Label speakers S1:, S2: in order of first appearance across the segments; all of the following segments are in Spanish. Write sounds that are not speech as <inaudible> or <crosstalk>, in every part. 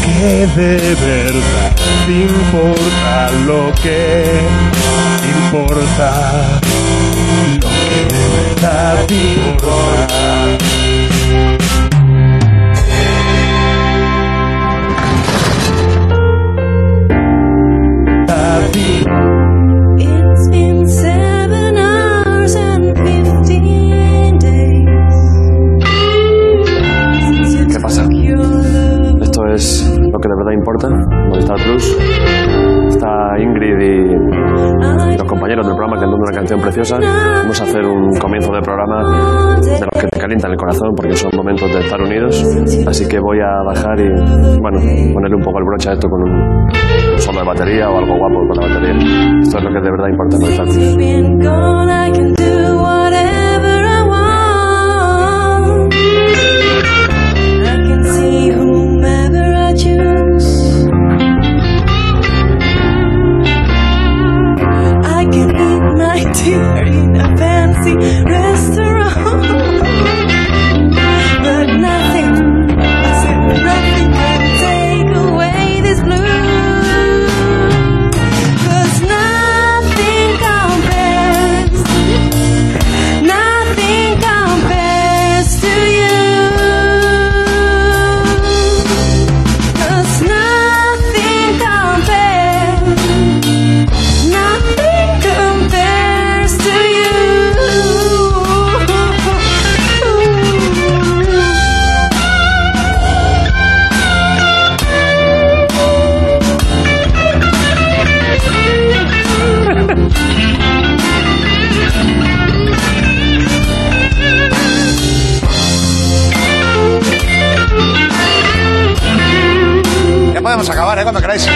S1: de verdad, te importa lo que importa, lo que de verdad te importa. A ti
S2: It's been seven hours and 15 days since you
S3: ¿Qué pasa?
S2: took your love
S3: Esto es lo que de verdad importa. Movistar Plus. Está Ingrid y
S2: I
S3: los compañeros del programa cantando una canción preciosa. Vamos a hacer un comienzo de programa
S2: all
S3: de
S2: day
S3: los que te calientan el corazón porque son momentos de estar unidos. Así que voy a bajar y, bueno, ponerle un poco el broche a esto con un solo de batería o algo guapo con la batería. Esto es lo que de verdad importa. Movistar
S2: since
S3: Plus.
S2: you've been gone I can do whatever I want I can see whomever I choose I can eat my dinner in a fancy restaurant but nothing I said nothing can take away this blue Cause nothing compares, nothing compares to you. Cause nothing compares, nothing compares to you.
S4: Ya podemos acabar, ¿eh? Cuando queráis.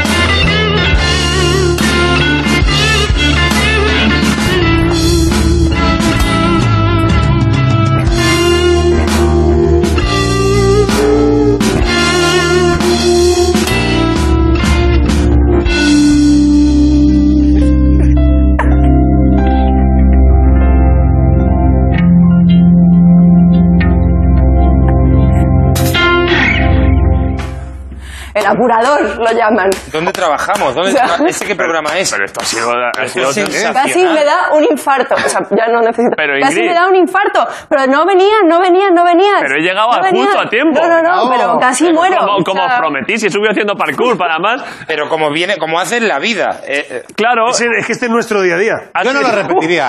S5: El apurador lo llaman.
S6: ¿Dónde
S3: Pues,
S6: trabajamos? ¿Dónde
S5: O sea-
S6: tra- ¿Ese qué programa es?
S3: Pero esto ha sido... Ha sido
S6: Esto es sensacional.
S5: Casi me da un infarto. O sea, ya no necesito.
S3: Pero,
S5: Casi
S3: Ingrid-
S5: me da un infarto. Pero no venías, no venías, no venías.
S3: Pero he llegado
S5: No
S3: a- justo
S5: venías.
S3: a tiempo.
S5: No, no, no,
S4: No.
S5: pero casi muero.
S3: Como,
S5: O
S3: como
S5: sea,
S3: os prometí, si subió haciendo parkour para más,
S6: Pero como viene, como hace en la vida. Eh, eh,
S3: claro,
S7: Es, es que este es nuestro día a día.
S3: ha
S4: Yo no
S3: sido-
S4: lo repetiría.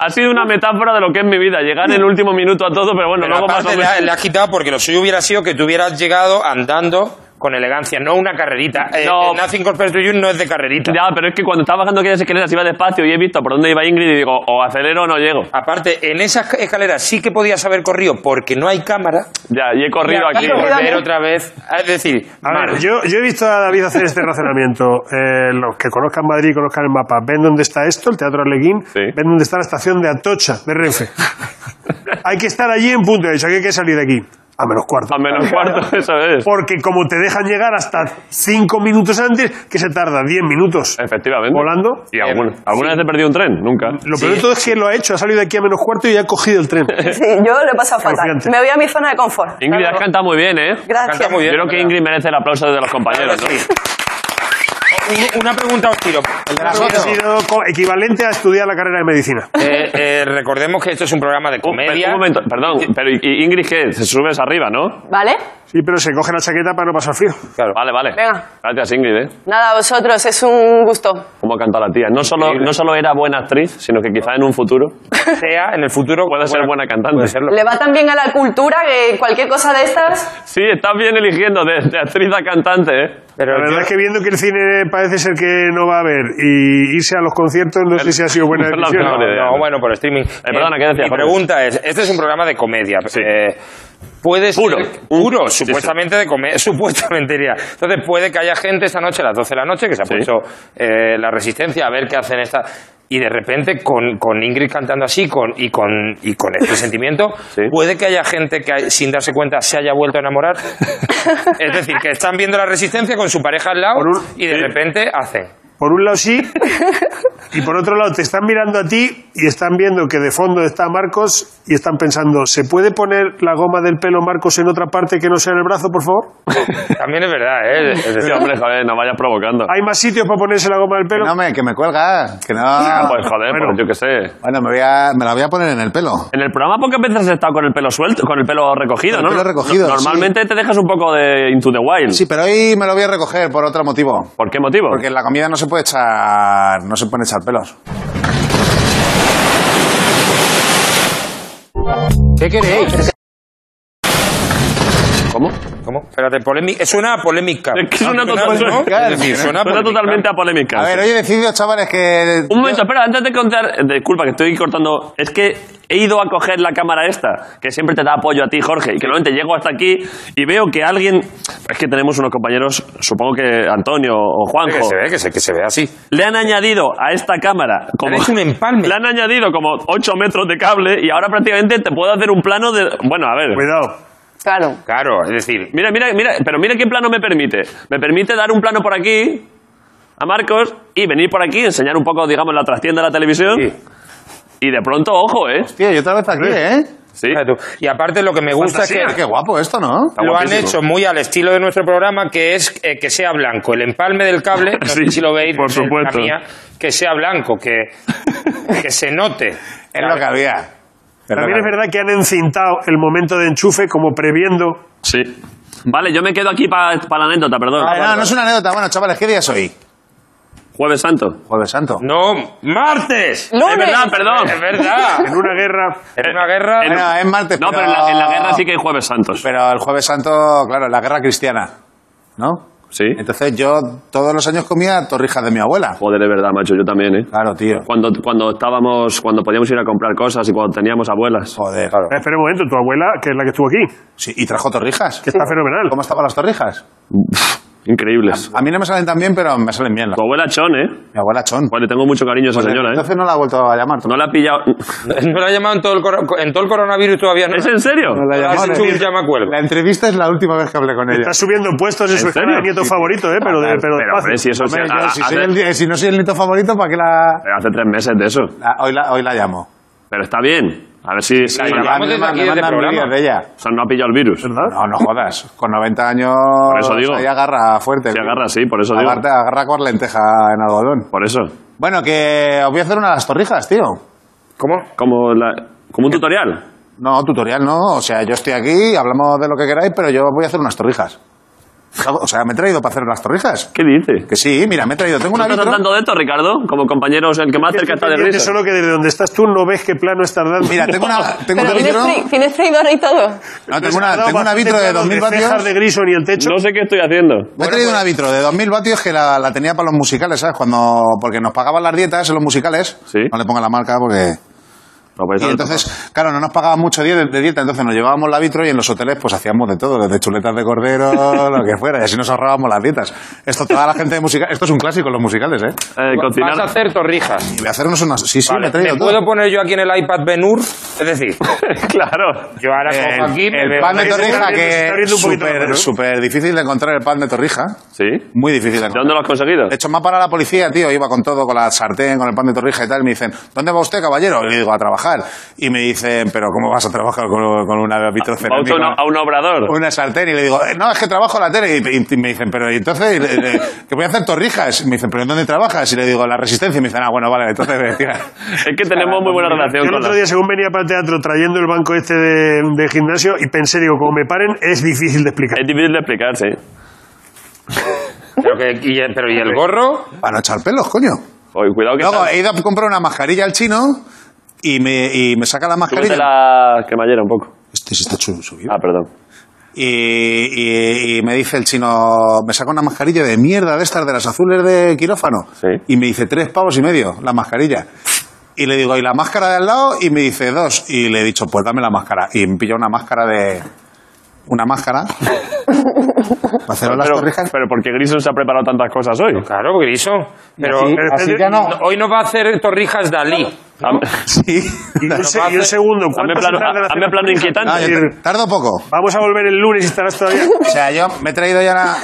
S3: Ha sido una metáfora de lo que es mi vida, llegar en el último minuto a todo, pero bueno,
S6: pero
S3: luego más o
S6: aparte le,
S3: menos-
S6: ha- le has quitado porque lo suyo hubiera sido que tú hubieras llegado andando con elegancia, no una carrerita. Eh,
S3: No.
S6: eh, Nothing Compares to You no es de carrerita.
S3: Ya, pero es que cuando estaba bajando aquellas escaleras iba despacio y he visto por dónde iba Ingrid y digo, o acelero o no llego.
S6: Aparte, en esas escaleras sí que podías haber corrido porque no hay cámara.
S3: Ya, y he corrido
S6: Y
S3: aquí.
S6: volver otra vez. Es decir,
S7: A ver,
S6: Mar,
S7: yo, yo he visto a David hacer este razonamiento. Eh, los que conozcan Madrid y conozcan el mapa, ven dónde está esto, el Teatro Arlequín,
S3: Sí.
S7: ven dónde está la estación de Atocha,
S3: <laughs>
S7: de Renfe. hay que estar allí en punto de hecho, hay que salir de aquí. A menos cuarto.
S3: A menos cuarto, <laughs> eso es.
S7: Porque como te dejan llegar hasta cinco minutos antes, que se tarda diez
S3: Eh,
S7: minutos
S3: Efectivamente.
S7: volando.
S3: Y alguna, ¿alguna vez he perdido un tren, nunca.
S7: Lo peor de todo es que lo ha hecho, ha salido de aquí a menos cuarto y ya ha cogido
S3: <laughs>
S7: el tren.
S5: Sí, yo lo he pasado fatal.
S7: Confiante.
S5: Me voy a mi zona de confort.
S3: Ingrid, has
S5: Claro.
S3: cantado muy bien, ¿eh?
S5: Gracias.
S6: canta muy
S3: Yo
S6: bien.
S3: creo que
S6: ¿verdad?
S3: Ingrid merece el aplauso de los
S6: Claro
S3: compañeros,
S6: que
S3: ¿no?
S6: sí. Un- Una pregunta os tiro.
S4: de las
S7: Ha
S4: ocho.
S7: sido co- equivalente a estudiar la carrera de medicina.
S6: Eh, eh, recordemos que esto es un programa de
S3: Un,
S6: comedia.
S3: un momento, perdón, pero ¿y- y Ingrid qué? Se subes arriba, ¿no?
S5: ¿Vale?
S7: Sí, pero se coge la chaqueta para no pasar frío.
S3: Vale, vale.
S5: Venga.
S3: Gracias, Ingrid, ¿eh?
S5: Nada, a vosotros, es un gusto.
S3: Cómo ha cantado la tía. No solo, no solo era buena actriz, sino que quizá en un futuro
S6: Sea en el futuro.
S3: pueda ser buena cantante.
S6: Puede serlo.
S5: Le va tan bien a la cultura que cualquier cosa de estas.
S3: Sí, estás bien eligiendo de, de actriz a cantante, ¿eh?
S6: Pero
S7: La
S6: yo-
S7: verdad es que viendo que el cine parece ser que no va a haber y irse a los conciertos, no sé si ha sido buena
S3: Pero la
S7: decisión.
S3: mejor
S6: No,
S3: idea,
S6: no,
S3: ¿no?
S6: bueno, por streaming. Eh,
S3: perdona, ¿qué decías,
S6: Mi
S3: Jorge?
S6: pregunta es, este es un programa de comedia. eh, puede ser-
S3: Puro.
S6: puro, supuestamente de comedia, <laughs> supuestamente diría. Entonces puede que haya gente esta noche a las 12 de la noche que se ha
S3: Sí.
S6: puesto eh, la resistencia a ver qué hacen esta... Y de repente, con, con Ingrid cantando así con, y, con, y con
S3: <laughs>
S6: este sentimiento,
S3: Sí.
S6: puede que haya gente que, sin darse cuenta, se haya vuelto a
S3: <laughs>
S6: enamorar. es decir, que están viendo la resistencia con su pareja al lado
S7: Por un-
S6: y de repente hacen.
S7: Por un lado sí, y por otro lado te están mirando a ti y están viendo que de fondo está Marcos y están pensando, ¿se puede poner la goma del pelo Marcos en otra parte que no sea en el brazo, por favor?
S6: También es verdad,
S3: <laughs>
S6: ¿eh? Es
S8: Sí,
S6: decir,
S8: hombre, joder, no vayas provocando.
S7: ¿Hay más sitios para ponerse la goma del pelo?
S9: No, me, que me cuelga. Que no.
S8: Ah, pues joder,
S7: Bueno.
S8: pues yo qué sé.
S9: Bueno, me, voy a, me la voy a poner en el pelo.
S3: En el programa pocas veces he estado con el pelo suelto, con el pelo recogido,
S9: Con
S3: ¿no?
S9: el pelo recogido,
S3: No- Normalmente te dejas un poco de Into the Wild.
S9: Sí, pero hoy me lo voy a recoger por otro motivo.
S3: ¿Por qué motivo?
S9: Porque en la comida no se puede echar. No se pueden echar pelos.
S6: ¿Qué queréis?
S8: ¿Cómo?
S6: ¿Cómo? Espérate, polémica. Es una polémica. Ah,
S3: Es que es una
S6: ¿No?
S3: total-
S6: Es decir, suena
S3: Suena
S6: polémica.
S3: totalmente a polémica.
S9: A ver, hoy he decidido, chavales, que.
S3: Un momento, espera, antes de contar, eh, disculpa que estoy cortando, es que he ido a coger la cámara esta, que siempre te da apoyo a ti, Jorge, y que normalmente llego hasta aquí y veo que alguien, es que tenemos unos compañeros, supongo que Antonio o
S6: Que
S3: Juanjo,
S6: se ve, que se, que se ve así.
S3: le han añadido a esta cámara como...
S6: Tenéis un empalme.
S3: <laughs> Le han añadido como 8 metros de cable y ahora prácticamente te puedo hacer un plano de... Bueno, a ver.
S7: Cuidado.
S5: Claro.
S6: Claro, es decir,
S3: Mira, mira, mira, pero mira qué plano me permite. Me permite dar un plano por aquí a Marcos y venir por aquí, enseñar un poco, digamos, la trastienda de la televisión.
S6: Sí.
S3: Y de pronto, ojo, ¿eh.
S9: Tío, yo otra vez aquí, ¿eh?
S3: Sí.
S6: fíjate tú. y aparte lo que me gusta es que
S9: Qué guapo esto, ¿no?
S6: lo han
S3: guapísimo.
S6: hecho muy al estilo de nuestro programa, que es eh, que sea blanco. El empalme del cable,
S3: <laughs>
S6: no sé
S3: Sí,
S6: si lo veis,
S3: por
S6: eh, la
S3: supuesto.
S6: mía, que sea blanco, que, que se
S3: <laughs>
S6: note.
S9: Es lo que había. Es lo
S7: También
S9: que
S7: es verdad que han encintado el momento de enchufe como previendo.
S3: Sí. Vale, yo me quedo aquí para la anécdota, perdón.
S9: había. Ah, No, no es una anécdota. Bueno, chavales, ¿qué día es hoy?
S3: Jueves Santo.
S9: Jueves Santo.
S6: No, martes.
S3: Es verdad, perdón.
S6: Es
S3: <laughs>
S6: verdad.
S7: En una guerra.
S6: En una guerra.
S9: Bueno, Eh, es martes,
S3: No, pero en la, en la guerra sí que hay Jueves Santos.
S9: Pero el Jueves Santo, claro, la guerra cristiana. ¿No?
S3: Sí.
S9: Entonces yo todos los años comía torrijas de mi abuela.
S3: Joder, de verdad, macho, yo también, ¿eh?
S9: Claro, tío.
S3: Cuando, cuando estábamos, cuando podíamos ir a comprar cosas y cuando teníamos abuelas.
S9: Joder, claro.
S7: Eh, Espera un momento, tu abuela, que es la que estuvo aquí,
S9: Sí, y trajo torrijas.
S7: que está fenomenal.
S9: ¿Cómo estaban las torrijas?
S3: Increíbles.
S9: A mí no me salen tan bien, pero me salen bien. las-
S3: Tu abuela Chon, ¿eh?
S9: Mi abuela chon.
S3: Pues le tengo mucho cariño a esa
S9: Pues
S3: señora, ¿eh?
S9: Entonces no la ha vuelto a llamar.
S3: No la ha pillado.
S6: No lo ha llamado en todo el, coro- en todo el coronavirus todavía. No,
S3: ¿Es en serio?
S9: No la ha
S6: Has
S3: Ah,
S9: llamado,
S6: hecho
S9: ¿eh?
S6: un llama cuelga.
S9: La entrevista es la última vez que hablé con ella.
S7: Está subiendo puestos en su
S3: ¿En
S7: escala de
S3: serio?
S7: nieto favorito, ¿eh? Pero, de, pero,
S3: Pero,
S7: despacio.
S3: hombre, si eso
S9: Hombre,
S3: se-
S9: yo,
S3: a-
S9: si,
S3: hace,
S9: soy el- si no soy el nito favorito, ¿para qué la...
S3: hace tres meses de eso.
S9: la- Hoy la, hoy la llamo.
S3: Pero está bien. A ver si, si-
S6: La
S9: Me
S3: o
S6: llamamos
S9: mandan-
S6: desde
S9: me
S6: aquí, desde el
S9: mandan
S6: programa.
S9: vídeos de ella.
S3: sea, no ha pillado el virus.
S7: ¿Verdad?
S9: No, no jodas. Con 90 años.
S3: eso digo.
S9: Ahí agarra fuerte.
S3: Se agarra, sí, por eso digo.
S9: Aparte, agarra con lenteja en algodón.
S3: Por eso.
S9: Bueno, que os voy a hacer una de las torrijas, tío.
S6: ¿Cómo?
S3: Como, la- como un tutorial.
S9: No, tutorial no. O sea, yo estoy aquí, hablamos de lo que queráis, pero yo voy a hacer unas torrijas. O sea, me he traído para hacer unas torrijas.
S3: ¿Qué dices?
S9: Que sí, mira, me he traído. Tengo una
S3: ¿Estás
S9: vitro.
S3: tanto de esto, Ricardo? Como compañeros, el que más cerca está de
S7: Pendiente
S3: Griso.
S7: Solo que desde donde estás tú no ves qué plano estás dando.
S9: Mira, tengo una,
S5: Pero
S9: tengo una
S5: tienes,
S9: vitro.
S5: fri- tienes freidora y todo.
S9: No,
S7: Nos <laughs>
S9: tengo
S7: has
S9: una,
S7: dado
S9: tengo una
S7: bastante
S9: vitro de
S7: plano
S9: 2000
S7: cejas
S9: vatios.
S7: de Griso ni el techo.
S3: No sé qué estoy haciendo.
S9: Me he traído una vitro de 2000 vatios que la, la tenía para los musicales, ¿sabes? Cuando, porque nos pagaban las dietas en los musicales.
S3: Sí.
S9: No le ponga la marca porque...
S3: No, pues,
S9: Y entonces, claro, no nos pagaban mucho die- de, dieta, entonces nos llevábamos la vitro y en los hoteles pues hacíamos de todo, desde chuletas de cordero, <laughs> lo que fuera, y así nos ahorrábamos las dietas. Esto toda la gente de musical, esto es un clásico en los musicales, ¿eh?
S3: eh,
S6: Vas a
S3: cocinar.
S6: hacer torrijas.
S9: Y voy a hacernos unas, sí, sí, me he
S6: Vale,
S9: traído
S6: ¿Me
S9: todo.
S6: puedo poner yo aquí en el iPad Benur? Es decir,
S3: <laughs> claro.
S6: yo ahora
S9: <laughs> El,
S6: cojo aquí, me
S9: el
S6: veo-
S9: pan de
S7: Está
S9: torrija
S7: abriendo- está
S9: que es
S7: abriendo un poquito la
S9: súper,
S7: mano, ¿eh?
S9: súper difícil de encontrar el pan de torrija,
S3: ¿Sí? ¿De
S9: muy difícil de encontrar.
S3: dónde lo has conseguido?
S9: De hecho, me ha parado la policía, tío. Iba con todo, con la sartén, con el pan de torrija y tal. Y me dicen, ¿dónde va usted, caballero? Y le digo, a trabajar. Y me dicen, ¿pero cómo vas a trabajar con, con una
S3: A un-
S9: vitrocerámica?
S3: a un obrador.
S9: Una sartén. Y le digo, "Eh, no, es que trabajo en la tele. Y, y me dicen, ¿pero ¿y entonces? Y le- le- que voy a hacer torrijas. Y me dicen, ¿pero en dónde trabajas? Y le digo, en la resistencia. Y me dicen, ah, bueno, vale, entonces tira".
S3: Es que tenemos muy buena
S7: Yo
S3: relación
S7: el
S3: con
S7: otro
S3: la...
S7: día, según venía para el teatro trayendo el banco este de, de gimnasio, y pensé, digo, como me paren, es difícil de explicar.
S3: Es difícil de explicar, sí.
S6: Pero, que- y, el- pero ¿y el gorro?
S9: <laughs> Para no echar pelos, coño.
S3: Oye, cuidado que...
S9: Luego eh,
S3: estás-
S9: he ido a comprar una mascarilla al chino y me, y me saca la
S3: Súbete
S9: mascarilla.
S3: la cremallera un poco.
S9: Este se está chu- subido.
S3: Ah, perdón.
S9: Y, y- y me dice el chino, me saca una mascarilla de mierda de estas, de las azules de quirófano.
S3: Sí.
S9: Y me dice, tres pavos y medio, la mascarilla. Y le digo, ¿y la máscara de al lado? Y me dice, dos. Y le he dicho, pues dame la máscara. Y me pilla una máscara de... Una máscara. Para hacer las
S3: Pero,
S9: torrijas.
S3: pero ¿por qué Grison se ha preparado tantas cosas hoy?
S6: Claro, griso. Pero
S9: así ya no.
S6: hoy nos va a hacer torrijas Dalí.
S3: Hazme
S9: Sí.
S7: Y un, se- y un segundo, ¿cuánto se
S3: plano,
S7: tarda en hacer
S3: hazme
S7: la
S3: plano
S7: torrija?
S9: <laughs> No,
S3: inquietante.
S9: yo te- tardo poco.
S3: <laughs>
S7: Vamos a volver el lunes y estarás todavía.
S9: O sea, yo me he traído ya la...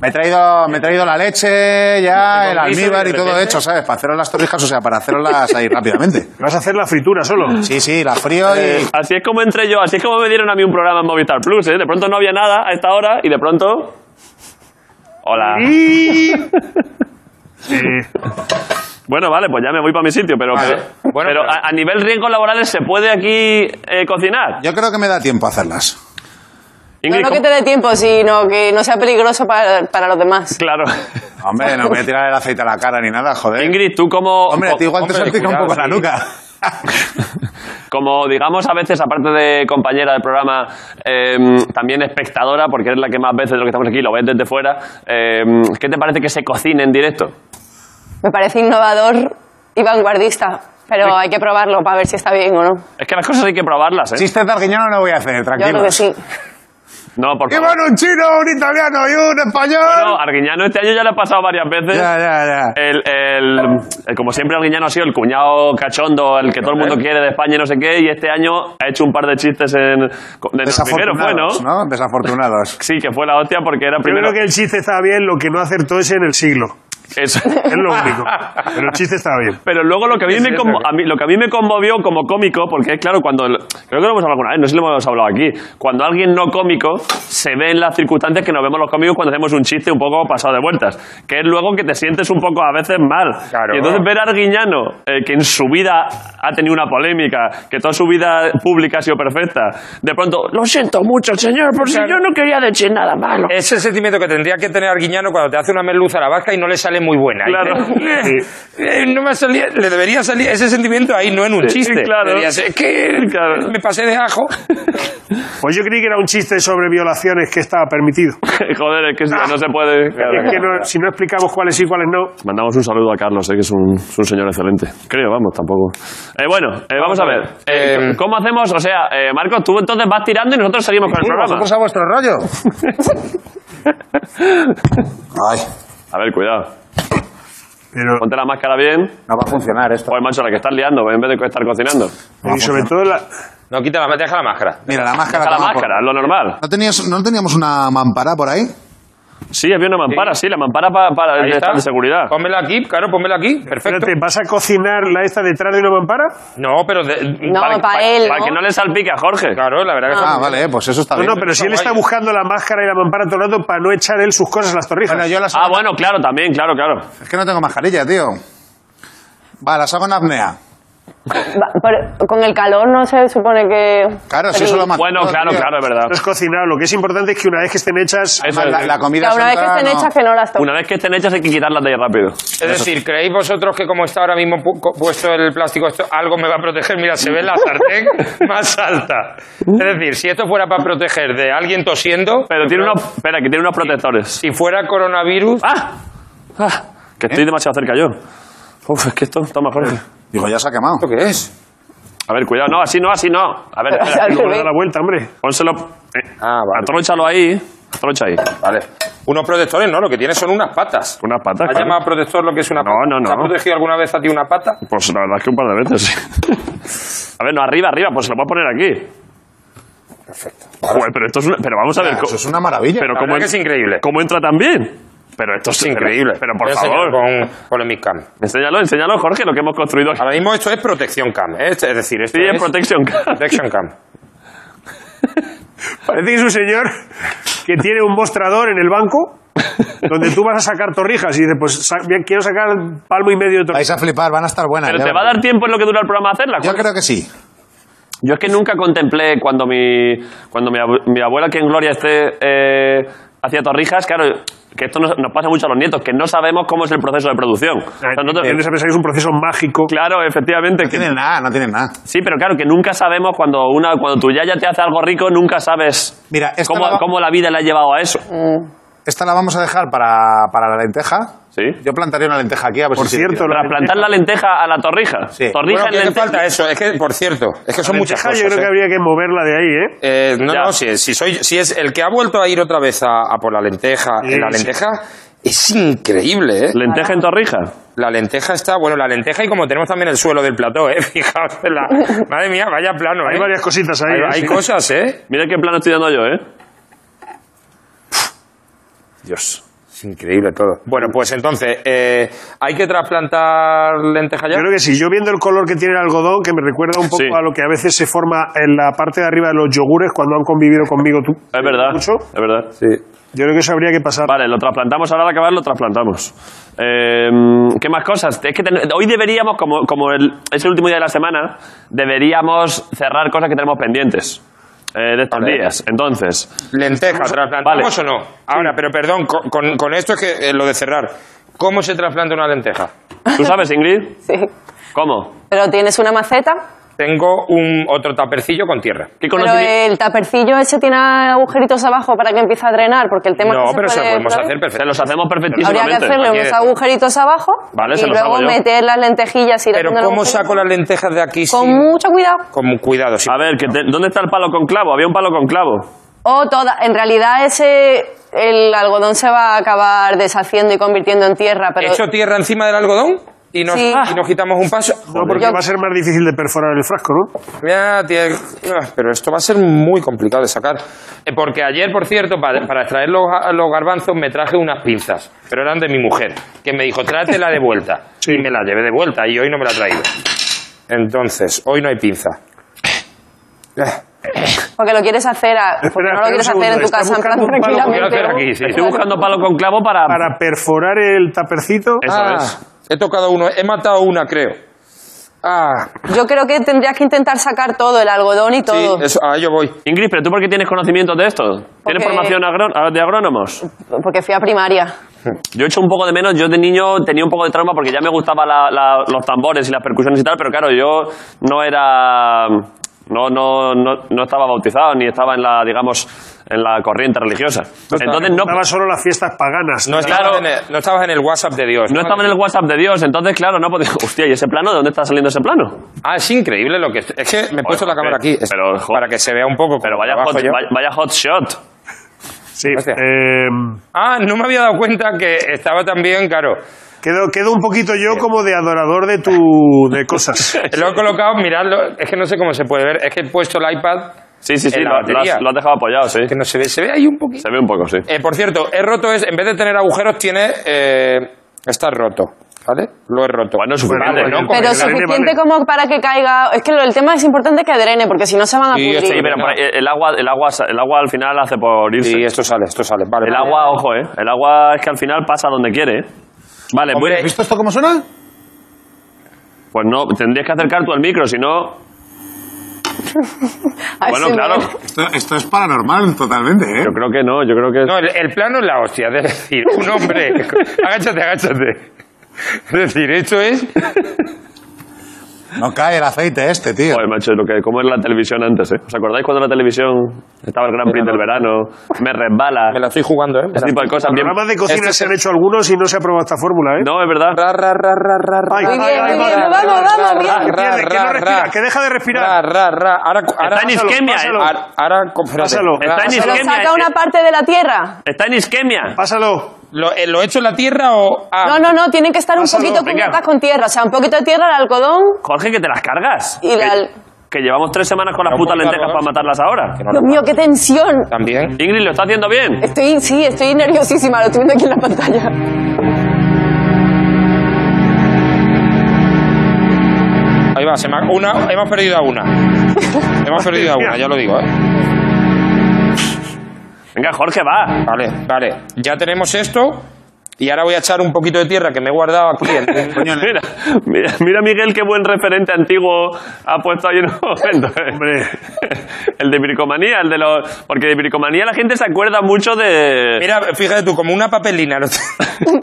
S9: me he traído, me he traído la leche, ya, el
S6: Tengo guiso
S9: almíbar
S6: y
S9: y
S6: de
S9: todo
S6: repente-
S9: hecho, ¿sabes? Para haceros las torrijas, o sea, para hacerlas ahí rápidamente.
S7: Vas a hacer la fritura
S3: <laughs>
S7: solo.
S9: Sí, sí, la frío y...
S3: Eh, Así es como entré yo, así es como me dieron a mí un programa en Movistar Plus, ¿eh? De pronto no había nada a esta hora y de pronto... Hola.
S7: Y- Eh,
S3: Bueno, vale, pues ya me voy para mi sitio, pero, <laughs>
S9: Vale.
S3: pero,
S6: Bueno,
S3: pero
S6: pero-
S3: A, a nivel riesgos laborales se puede aquí eh, cocinar.
S9: Yo creo que me da tiempo a hacerlas.
S3: Ingrid,
S5: No, no que
S3: ¿cómo-
S5: te dé tiempo, sino que no sea peligroso para, para los demás.
S6: <laughs>
S3: Claro.
S9: Hombre, no voy a tirar el aceite a la cara ni nada, joder.
S3: Ingrid, tú como,
S9: Hombre, ¿Eh? a ti igual te
S6: hombre,
S9: salpica un
S6: cuidado,
S9: poco la
S6: sí.
S9: nuca.
S3: como digamos a veces, aparte de compañera del programa, eh, también espectadora, porque eres la que más veces de lo que estamos aquí lo ves desde fuera, eh, ¿qué te parece que se cocine en directo?
S5: Me parece innovador y vanguardista, pero hay que probarlo para ver si está bien o no.
S3: Es que las cosas hay que probarlas, ¿eh?
S9: Chistes de arguiñano no voy a hacer,
S5: Yo creo
S9: tranquilo.
S5: que sí.
S3: No, por
S9: Y
S3: favor.
S9: bueno, un chino, un italiano y un español.
S3: Bueno, Arguiñano este año ya le ha pasado varias veces.
S9: ya, ya, ya.
S3: El, el- el- como siempre, Arguiñano ha sido el cuñado cachondo, el que todo el mundo quiere de España y no sé qué, y este año ha hecho un par de chistes en. de primero fue, ¿no?
S9: Desafortunados, ¿no? Desafortunados.
S3: Sí, que fue la hostia porque era
S7: Yo
S3: primero.
S7: creo que el chiste está bien, lo que no acertó es en el siglo.
S3: Eso.
S7: Es lo único. Pero el chiste está bien.
S3: Pero luego lo que, a mí me conmo- a mí- lo que a mí me conmovió como cómico, porque es claro, cuando. el- creo que lo hemos hablado alguna vez, no sé si lo hemos hablado aquí. Cuando alguien no cómico se ve en las circunstancias que nos vemos los cómicos cuando hacemos un chiste un poco pasado de vueltas. Que es luego que te sientes un poco a veces mal.
S6: Claro.
S3: Y entonces ver a Arguiñano, eh, que en su vida ha tenido una polémica, que toda su vida pública ha sido perfecta, de pronto, lo siento mucho, señor, por si yo no quería decir nada malo.
S6: Es el sentimiento que tendría que tener Arguiñano cuando te hace una merluza a la vasca y no le sale muy buena. Y
S3: Claro.
S6: <laughs> te- Eh, no me ha salido- le debería salir ese sentimiento ahí, no en un
S3: Sí,
S6: chiste.
S3: claro.
S6: Debería ser, es que
S3: Claro.
S6: me pasé de
S9: <laughs>
S6: ajo.
S7: Pues yo creí que era un chiste sobre violaciones que estaba permitido.
S3: <laughs> Joder, es que no se puede.
S7: Es que no- si no explicamos cuáles sí, cuáles no.
S3: Mandamos un saludo a Carlos, eh, que es un, es un señor excelente. Creo, vamos, tampoco. Eh, bueno, eh, vamos a ver. Eh,
S6: Eh,
S3: ¿Cómo hacemos? O sea, eh, Marcos, tú entonces vas tirando y nosotros seguimos con el programa.
S9: Vosotros a vuestro rollo. <laughs> Ay,
S3: A ver, cuidado.
S7: Pero,
S3: Ponte la máscara bien.
S9: no va a funcionar esto.
S3: Joder, macho, la que estás liando en vez de estar cocinando.
S7: y sobre todo, la-
S6: No, quita la, deja la máscara.
S9: Mira, la máscara.
S3: Deja la
S9: toma por-
S3: máscara, es lo normal.
S9: ¿No, tenías, ¿No teníamos una mampara por ahí?
S3: Sí, había una mampara, sí, la mampara para, para
S6: Ahí
S3: de,
S6: está.
S3: de seguridad.
S6: Pónmela aquí, claro, pónmela aquí. Perfecto.
S7: espérate, ¿vas a cocinar la esta detrás de una mampara?
S6: No, pero... de-
S5: No, para, él.
S3: Para que no le salpique a Jorge.
S6: Claro, la verdad que...
S9: Ah,
S6: está-
S9: vale, pues eso está
S7: No,
S9: bien.
S7: no, pero si él
S6: guay.
S7: está buscando la máscara y la mampara todo el rato para no echar él sus cosas a las torrijas.
S9: Bueno, yo las
S3: Ah, bueno, claro, también, claro, claro.
S9: Es que no tengo mascarilla, tío. Va, las hago en apnea.
S5: Va, pero con el calor no se supone que...
S9: Claro, si eso lo mantengo.
S3: Bueno, claro,
S9: tío.
S3: claro, es verdad.
S7: No es cocinado. Lo que es importante es que una vez que estén hechas,
S3: Eso
S9: Además, La,
S3: es.
S9: la comida
S5: Que una vez que
S9: sentada,
S5: estén
S9: no.
S5: hechas que no las toques.
S3: Una vez que estén hechas hay que quitarlas de ahí rápido.
S6: Es decir, ¿creéis vosotros que como está ahora mismo pu- co- puesto el plástico, esto algo me va a proteger? Mira, se ve la sartén
S3: <laughs>
S6: más alta. Es decir, si esto fuera para proteger de alguien tosiendo,
S3: Pero tiene unos, espera, que tiene unos protectores.
S6: si fuera coronavirus,
S3: ¡Ah! ¡Ah! Que estoy demasiado cerca yo. Uf, es que esto está mejor. A
S9: Digo, ya se ha quemado.
S6: ¿esto qué es?
S3: ver, cuidado. No, así no, así no. A ver,
S5: O sea,
S3: espera.
S5: al
S7: luego le da
S5: revés.
S7: la vuelta, hombre.
S3: Pónselo. eh,
S6: Ah, vale.
S3: Atróchalo ahí. Atrocha ahí. Con
S6: Vale. Unos protectores, no, lo que tiene son unas patas.
S3: unas patas.
S6: ¿Has
S3: claro.
S6: llamado protector lo que es una
S3: No,
S6: pata?
S3: no, no.
S6: ¿Te ha protegido alguna vez a ti una pata?
S3: Pues la verdad es que un par de veces, sí. <laughs> A ver, no, arriba, arriba, pues se lo voy a poner aquí. Perfecto. Joder, pero esto es una. Pero vamos a ver. co-
S9: Eso es una maravilla.
S3: Pero
S6: La
S3: cómo,
S6: verdad que es increíble.
S3: ¿Cómo entra tan bien? Pero esto es,
S6: Es increíble.
S3: Pero, por
S6: Voy a enseñar
S3: favor.
S6: Con, con el Miss Cam.
S3: Enséñalo, enséñalo, Jorge, lo que hemos construido aquí.
S6: Ahora mismo esto es protección cam. ¿eh? Este- Es decir, esto
S3: Sí, en
S6: es
S3: Protection
S6: <laughs>
S3: Card.
S6: protection cam.
S7: Parece que es un señor que tiene un mostrador en el banco donde tú vas a sacar torrijas y dices, pues sa- bien, quiero sacar palmo y medio de torrijas.
S9: Vais a flipar, van a estar buenas.
S3: Pero
S9: ya
S3: te va a
S9: verás.
S3: dar tiempo en lo que dura el programa hacerla,
S9: Yo creo que sí.
S3: Yo es que nunca contemplé cuando mi, cuando mi, abu- mi abuela, que en gloria esté, eh, hacía torrijas, claro, que esto nos, nos pasa mucho a los nietos, que no sabemos cómo es el proceso de producción. O sea, nosotros- eh,
S7: Tienes a pensar que es un proceso mágico.
S3: claro, efectivamente.
S9: No
S3: que-
S9: tienen nada, no tienen nada.
S3: sí, pero claro, que nunca sabemos cuando, una, cuando tu yaya te hace algo rico, nunca sabes
S9: Mira, esta
S3: cómo,
S9: la va-
S3: cómo la vida le ha llevado a eso.
S9: Esta la vamos a dejar para, para la lenteja.
S3: Sí.
S9: Yo plantaría una lenteja aquí a ver
S7: Por
S9: si.
S7: cierto, la
S3: Para plantar la lenteja a la torrija.
S9: Sí.
S3: Torrija
S6: Bueno,
S3: en
S6: ¿qué te
S3: lenteja.
S6: falta eso? Es que, por cierto, es que son muchas
S7: lenteja
S6: cosas.
S7: yo creo que
S6: ¿eh?
S7: habría que moverla de ahí, ¿eh?
S6: Eh, no,
S3: Ya.
S6: no, si, si soy, si es el que ha vuelto a ir otra vez a, a por la lenteja,
S7: Sí,
S6: en la
S7: sí.
S6: lenteja es increíble, ¿eh?
S3: Lenteja en torrija.
S6: La lenteja está, bueno, la lenteja y como tenemos también el suelo del plató, ¿eh? <laughs> Fijaos en la... Madre mía, vaya plano,
S7: Hay
S6: ¿eh?
S7: varias cositas ahí.
S6: Hay,
S7: ¿eh?
S6: hay
S7: Sí.
S6: cosas, ¿eh?
S3: Mira qué plano estoy dando yo, ¿eh? Dios.
S10: Es increíble todo.
S6: Bueno, pues entonces, eh, ¿hay que trasplantar lenteja ya?
S7: Yo creo que sí. Yo viendo el color que tiene el algodón, que me recuerda un poco
S11: Sí.
S7: a lo que a veces se forma en la parte de arriba de los yogures cuando han convivido conmigo tú.
S11: Es verdad,
S7: mucho.
S11: es verdad.
S10: Sí.
S7: Yo creo que eso habría que pasar.
S11: Vale, lo trasplantamos, ahora al acabar lo trasplantamos. Eh, ¿Qué más cosas? Es que ten- hoy deberíamos, como, como el- es el último día de la semana, deberíamos cerrar cosas que tenemos pendientes eh, de estos días. Entonces,
S6: Lenteja, ¿trasplantamos
S11: Vale.
S6: o no? Ahora, pero perdón, con, con- con esto es que eh, lo de cerrar. ¿Cómo se trasplanta una lenteja?
S11: ¿tú sabes, Ingrid?
S5: Sí.
S11: ¿Cómo?
S5: Pero tienes una maceta,
S6: Tengo un otro tapercillo con tierra.
S11: ¿Qué
S5: pero
S11: conocimiento-
S5: el tapercillo ese tiene agujeritos abajo para que empiece a drenar, porque el tema es
S6: No,
S5: que se
S6: pero se lo
S5: puede-
S6: podemos hacer
S11: Se
S6: perfectamente.
S11: los hacemos
S5: eh, Habría que
S11: perfectísimamente.
S5: hacerle unos
S6: Cualquier-
S5: agujeritos abajo
S11: Vale,
S5: y
S11: se los
S5: luego
S11: hago yo.
S5: meter las lentejillas y
S6: Pero ¿cómo saco las lentejas de aquí
S5: Con
S6: sin-
S5: mucho cuidado.
S6: con cuidado? sí.
S11: A ver, que te- ¿dónde está el palo con clavo? Había un palo con clavo.
S5: O toda, en realidad ese el algodón se va a acabar deshaciendo y convirtiendo en tierra, pero
S6: ¿Echo tierra encima del algodón? Y nos,
S5: Sí. Ah.
S6: y nos quitamos un paso.
S7: No, porque
S5: Yo-
S7: va a ser más difícil de perforar el frasco, ¿no?
S6: Ya, tía, ah, pero esto va a ser muy complicado de sacar. Eh, Porque ayer, por cierto, para, para extraer los, ga- los garbanzos me traje unas pinzas, pero eran de mi mujer, que me dijo, trátela de vuelta. Y me la llevé de vuelta y hoy no me la ha traído. Entonces, hoy no hay pinza.
S5: porque lo quieres hacer, a- porque no lo
S7: espera
S5: quieres
S7: un
S5: hacer en tu
S7: segundo, está
S5: casa en plan
S7: buscando un palo,
S6: Quiero hacer
S5: tranquilamente.
S6: aquí, sí.
S11: Estoy buscando palo con clavo para...
S7: Para perforar el tapercito.
S11: Eso
S6: Ah,
S11: es.
S6: He tocado uno, he matado una, creo. Ah,
S5: Yo creo que tendrías que intentar sacar todo el algodón y todo.
S6: sí, eso, ah, yo voy.
S11: Ingrid, ¿pero tú por qué tienes conocimiento de esto? ¿Tienes
S5: Porque-
S11: formación agró- de agrónomos?
S5: Porque fui a primaria.
S11: Yo echo un poco de menos, yo de niño tenía un poco de trauma porque ya me gustaban los tambores y las percusiones y tal, pero claro, yo no era. No, no, no, no estaba bautizado ni estaba en la, digamos, en la corriente religiosa. Entonces no,
S7: Daba solo las fiestas paganas.
S6: No estabas,
S11: Claro.
S6: en el, no estabas en el WhatsApp de Dios.
S11: no estaba en el WhatsApp de Dios, entonces claro, no podía. <laughs> Hostia, ¿y ese plano? ¿De dónde está saliendo ese plano?
S6: Ah, es increíble lo que... Es que me he puesto la
S11: Joder,
S6: cámara aquí, es-
S11: pero, joder.
S6: para que se vea un poco.
S11: Pero
S6: cómo
S11: vaya
S6: trabajo
S11: hot,
S6: yo.
S11: vaya, vaya hot shot.
S7: Sí.
S6: Hostia.
S7: eh,
S6: Ah, no me había dado cuenta que estaba también, claro.
S7: quedo, quedo un poquito yo como de adorador de tu
S6: <laughs>
S7: de cosas.
S6: Lo he colocado, miradlo, es que no sé cómo se puede ver, es que he puesto el iPad,
S11: Sí, sí, sí,
S6: En la
S11: lo, lo
S6: batería.
S11: has, lo has dejado apoyado, sí.
S6: que no se ve, se ve ahí un poquito.
S11: Se ve un poco, sí.
S6: Eh, por cierto, he roto, es, en vez de tener agujeros, tiene... eh, está roto, ¿vale? Lo he roto.
S11: Bueno, es suficiente.
S6: Vale, ¿no?
S7: Porque
S5: Pero
S7: el drene
S5: suficiente
S7: vale.
S5: como para que caiga. Es que lo- el tema es importante que drene, porque si no se van a
S6: Sí,
S5: pudrir.
S6: estoy
S11: Sí, pero por ahí, el, agua, el, agua, el agua al final hace por irse.
S6: Sí, esto sale, esto sale. Vale,
S11: El
S6: vale.
S11: agua, ojo, ¿eh? El agua es que al final pasa donde quiere, ¿eh? Vale, voy-
S6: Hombre,
S9: ¿Visto esto cómo suena?
S11: pues no, tendrías que acercar tú al micro, si no...
S5: <laughs> Ay,
S11: Bueno,
S5: se me- <laughs>
S11: claro,
S9: Esto, esto es paranormal totalmente, ¿eh?
S11: yo creo que no, yo creo que...
S6: No, el, el plano es la hostia, es decir, un <laughs> hombre... agáchate, agáchate. Es decir, esto es...
S9: No cae el aceite este, tío.
S11: Joder, macho, lo que, cómo era la televisión antes, ¿eh? ¿Os acordáis cuando la televisión estaba el Gran Prix del verano, me resbala,
S6: Me la estoy jugando, ¿eh? Me
S11: ese
S6: la-
S11: tipo de cosas? Bien...
S7: Programas de cocina
S6: Esto
S7: se han hecho algunos y no se ha probado esta fórmula, ¿eh?
S11: No, es verdad.
S6: Ra, ra, ra, ra, ra, ra.
S7: Ay,
S5: Muy bien, muy
S7: ay, ay,
S5: bien.
S7: ay,
S5: Vamos,
S7: ay,
S5: vamos,
S7: ay,
S5: bien.
S7: Que pierde, que no
S6: Ra,
S7: respira,
S6: ra.
S7: que deja de
S6: Ra,
S7: respirar.
S6: ra, ra. Ahora, ahora
S11: en isquemia,
S6: pásalo.
S11: ¿eh?
S6: Ahora, ahora co- espérate.
S7: Pásalo.
S6: Ra,
S11: Está en
S5: Pero
S11: isquemia.
S5: saca una parte de la tierra.
S11: Está en isquemia.
S7: Pásalo.
S6: ¿Lo, eh, lo he hecho en la tierra o.? ah,
S5: No, no, no, tienen que estar un
S7: Pásalo,
S5: poquito
S11: venga.
S5: cubiertas con tierra. O sea, un poquito de tierra al algodón.
S11: Jorge, que te las cargas.
S5: Y la-
S11: Que, que llevamos tres semanas con las
S6: No
S11: putas
S6: puedo
S11: lentejas
S6: cargar.
S11: para matarlas ahora.
S6: no,
S5: Dios mío, qué tensión.
S6: También.
S11: Ingrid, lo está haciendo bien.
S5: Estoy, sí, estoy nerviosísima, lo estoy viendo aquí en la pantalla.
S6: Ahí va, se me ha- una, hemos perdido
S11: <laughs>
S6: a una. hemos perdido a una, ya lo digo, ¿eh?
S11: Venga, Jorge, va.
S6: Vale, vale. Ya tenemos esto. Y ahora voy a echar un poquito de tierra que me he guardado
S11: <laughs>
S6: aquí. en-
S9: Coño,
S11: Mira, mira, mira, Miguel, qué buen referente antiguo ha puesto ahí en un momento. ¿eh? El de bricomanía, el de los. Porque de bricomanía la gente se acuerda mucho de.
S6: Mira, fíjate tú, como una papelina.
S11: <laughs>
S6: lo tengo.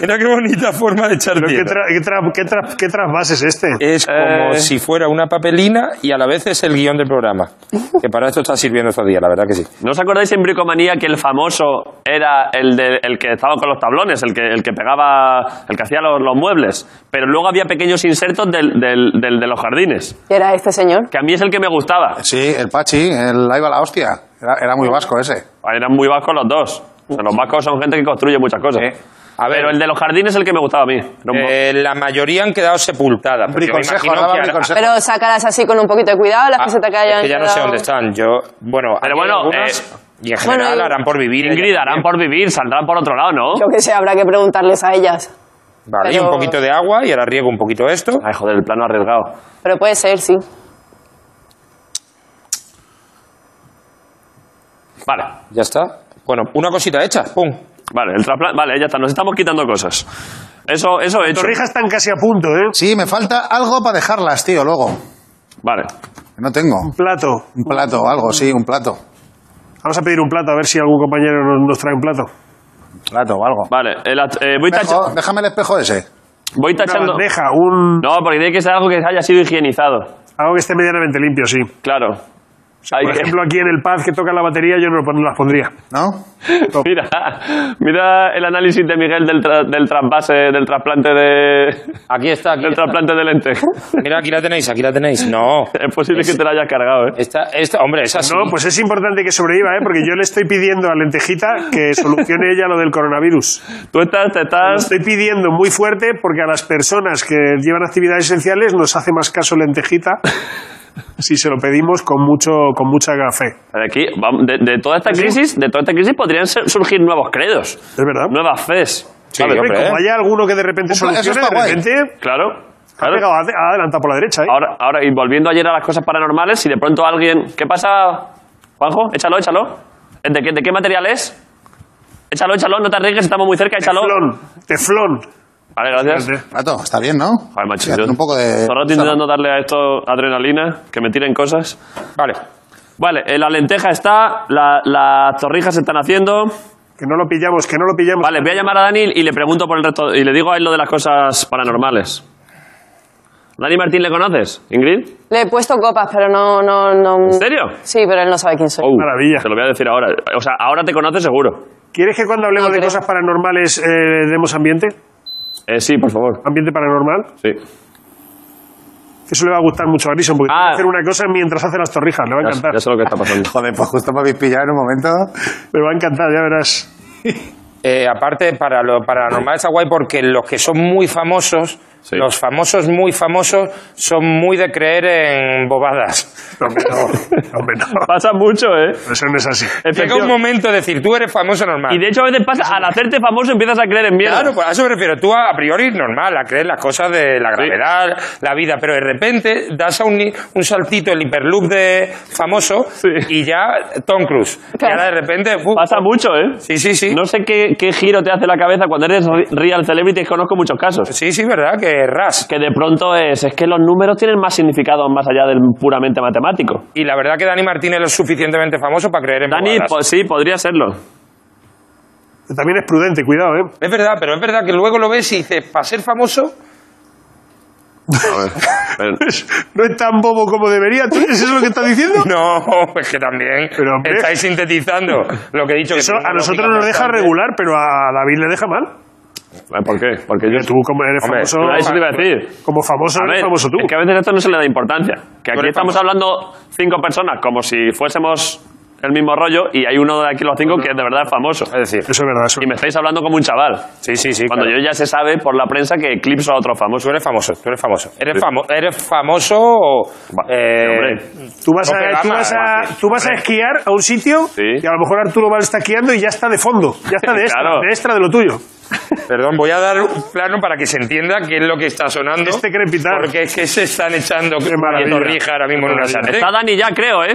S6: Mira qué bonita forma de echar
S7: Pero ¿qué,
S6: tierra.
S7: tra- qué, tra- qué tra- qué trasvase es este?
S6: Es como
S11: Eh.
S6: si fuera una papelina y a la vez es el guión del programa. Que para esto está sirviendo estos días, la verdad que sí.
S11: ¿No os acordáis en bricomanía que el famoso era el, de, el que estaba con los tablones, el que, el que pegaba. el que hacía los, los muebles? Pero luego había pequeños insertos del, del- del de los jardines,
S5: ¿Qué era este señor?
S11: que a mí es el que me gustaba.
S9: Sí, el Pachi, el ahí va la hostia. Era, era muy vasco ese.
S11: Ah, Eran muy vascos los dos. O sea, los vascos son gente que construye muchas cosas.
S6: Eh, a ver.
S11: Pero el de los jardines es el que me gustaba a mí. Era un mo-
S6: Eh, la mayoría han quedado sepultadas. pero yo me
S9: Briconsejo,
S6: imagino
S9: daba
S6: que ahora-
S9: briconsejo.
S5: Pero sácalas así con un poquito de cuidado, las
S6: Ah,
S5: que se te
S6: es
S5: hayan
S6: que ya no sé
S5: quedado.
S6: dónde están. Yo, bueno,
S11: Pero
S6: hay
S11: bueno,
S6: algunas-
S11: eh,
S6: Y en
S5: Bueno,
S6: general
S5: y-
S6: harán por vivir.
S11: Ingrid,
S6: ellas
S11: harán
S6: también.
S11: por vivir, saldrán por otro lado, ¿no?
S5: <laughs> Yo que sé, habrá que preguntarles a ellas.
S6: Vale, y
S5: pero-
S6: un poquito de agua y ahora riego un poquito esto.
S11: Ay, joder, el plano arriesgado.
S5: Pero puede ser, sí.
S11: Vale,
S6: Ya está. Bueno, una cosita hecha. Pum.
S11: vale, el trasplante. Vale, ya está, nos estamos quitando cosas. Eso, eso hecho.
S7: Torrijas están casi a punto, ¿eh?
S9: Sí, me falta algo para dejarlas, tío, luego.
S11: Vale.
S9: No tengo.
S7: Plato.
S9: Un plato, algo, sí, un plato.
S7: Vamos a pedir un plato, a ver si algún compañero nos, nos trae un plato.
S9: Un plato o algo.
S11: Vale, el at- eh, voy, tacha-
S9: Espejo, déjame el espejo ese.
S11: voy
S7: Una
S11: tachando.
S7: bandeja, un...
S11: No, porque tiene que ser algo que haya sido higienizado.
S7: algo que esté medianamente limpio, sí.
S11: Claro. Hay
S7: Por
S11: que-
S7: ejemplo, aquí en el Paz que toca la batería yo no lo pon- las pondría.
S9: ¿No?
S11: <laughs> mira, mira el análisis de Miguel del, tra- del trasvase, del trasplante de.
S6: Aquí está, aquí
S11: del
S6: está.
S11: trasplante de lente. <laughs>
S6: Mira, aquí la tenéis, aquí la tenéis. No.
S11: es posible que te lo hayas cargado, ¿eh?
S6: Esta, esta, hombre, esa sí.
S7: No, pues es importante que sobreviva, ¿eh? porque yo le estoy pidiendo a Lentejita que solucione ella lo del coronavirus.
S11: Tú estás, te
S7: Lo
S11: estás.
S7: estoy pidiendo muy fuerte porque a las personas que llevan actividades esenciales nos hace más caso Lentejita si se lo pedimos con, mucho, con mucha fe.
S11: Pero Aquí, vam- de, de toda esta crisis, de toda esta crisis podrían ser- surgir nuevos credos,
S7: ¿Es verdad?
S11: nuevas fes.
S6: Sí,
S7: Hombre,
S6: hombre,
S7: como
S6: ¿eh?
S7: haya alguno que de repente
S9: Un pla- eso
S7: solucione,
S9: está
S7: de
S9: guay.
S7: repente...
S11: Claro,
S7: Ha,
S11: claro.
S7: pegado, ha de- ha adelantado por la derecha, ¿eh?
S11: Ahora, ahora, y volviendo ayer a las cosas paranormales, si de pronto alguien. ¿Qué pasa, Juanjo? Échalo, échalo. ¿De qué, de qué material es? Échalo, échalo, no te arriesgues, estamos muy cerca, échalo.
S7: Teflón, teflón.
S11: Vale, gracias.
S9: Plato, está bien, ¿no?
S11: Joder, macho,
S9: Voy a hacer
S11: yo-
S9: un poco de.
S11: todo el rato intentando darle a esto adrenalina, que me tiren cosas.
S6: Vale.
S11: Vale, eh, la lenteja está, la- las torrijas se están haciendo.
S7: Que no lo pillamos, que no lo pillamos.
S11: Vale, voy a llamar a Dani y le pregunto por el resto, y le digo a él lo de las cosas paranormales. ¿Dani Martín le conoces, Ingrid?
S5: Le he puesto copas, pero no... no, no
S11: ¿En serio?
S5: Sí, pero él no sabe quién soy.
S11: Oh,
S7: Uh, Maravilla.
S11: Te lo voy a decir ahora. O sea, ahora te conoces seguro.
S7: ¿Quieres que cuando hablemos
S5: No
S7: de
S5: creo.
S7: cosas paranormales eh, demos ambiente?
S11: Eh, sí, por favor.
S7: Ambiente paranormal.
S11: Sí.
S7: Que Eso le va a gustar mucho a Grison, porque
S11: Ah.
S7: tiene que hacer una cosa mientras hace las torrijas. Le va a
S11: Ya,
S7: encantar.
S11: ya sé lo que está pasando. <laughs>
S9: Joder, pues justo me habéis pillado en un momento.
S7: Le va a encantar, ya
S11: <laughs>
S7: verás.
S6: Eh, aparte, para lo paranormal está guay porque los que son muy famosos,
S11: Sí.
S6: los famosos muy famosos, son muy de creer en bobadas.
S7: No, hombre, no. Hombre, no.
S11: Pasa mucho, ¿eh?
S7: Eso no es así.
S6: Llega un
S11: Efectivamente.
S6: momento de decir, tú eres famoso normal.
S11: Y de hecho a veces pasa, al hacerte famoso empiezas a creer en mierda.
S6: Claro, pues a eso me refiero. Tú a, a priori normal, a creer las cosas de la gravedad, la vida, pero de repente das a un, ni- un saltito el hiperloop de famoso y ya Tom Cruise. Y
S5: Claro.
S6: ahora de repente... ¡fu!
S11: Pasa mucho, ¿eh?
S6: Sí, sí, sí.
S11: No sé qué, qué giro te hace la cabeza cuando eres re- real celebrity, conozco muchos casos.
S6: Sí, sí, verdad, que ras.
S11: Que de pronto es, es que los números tienen más significado más allá del puramente matemático.
S6: Y la verdad que Dani Martínez es lo suficientemente famoso para creer en
S11: Dani,
S6: bobadas.
S11: pues sí, podría serlo.
S7: Pero También es prudente, cuidado, ¿eh?
S6: Es verdad, pero es verdad que luego lo ves y dices, para ser famoso,
S11: Pero-
S7: <laughs> No es tan bobo como debería. ¿Tú ¿Es eso lo que
S11: <laughs>
S7: estás diciendo?
S6: no, <laughs> es que también
S7: Pero, hombre.
S6: estáis sintetizando lo que he dicho. que
S7: Eso
S6: tiene
S7: a
S6: una
S7: nosotros
S6: lógica
S7: nos deja
S6: constante.
S7: regular, pero a David le deja mal.
S11: Eh, ¿Por qué? Porque yo...
S7: Tú, como eres
S6: Hombre,
S7: famoso...
S11: Ah, Eso te iba a decir.
S7: Como famoso,
S11: A
S7: eres
S11: ver,
S7: famoso tú.
S11: es que a veces esto no se le da importancia. Que aquí
S6: eres
S11: estamos hablando cinco personas como si fuésemos el mismo rollo y hay uno de aquí los cinco que de verdad es famoso.
S6: Es decir,
S7: Eso es verdad. Eso.
S11: Y me estáis hablando como un chaval.
S6: sí, sí, sí.
S11: Cuando
S6: claro.
S11: yo ya se sabe por la prensa que eclipso a otro famoso.
S6: Tú eres famoso, tú eres famoso. Eres,
S11: Sí.
S6: famo- eres famoso.
S11: Va,
S6: eh,
S11: hombre.
S7: Tú vas,
S6: tope
S7: a, tú,
S6: gama, además,
S7: vas
S3: eh.
S7: a,
S6: sí.
S7: tú vas a esquiar a un sitio
S11: Sí.
S7: y a lo mejor Arturo va está esquiando y ya está de fondo, ya está
S3: <laughs>
S7: de extra,
S11: Claro.
S7: de extra de lo tuyo.
S6: Perdón, voy a dar un plano para que se entienda qué es lo que está sonando.
S7: Este crepitar.
S6: Porque es que se están echando
S7: maravilla.
S6: torrija ahora mismo en una sartén.
S11: Está Dani ya, creo, ¿eh?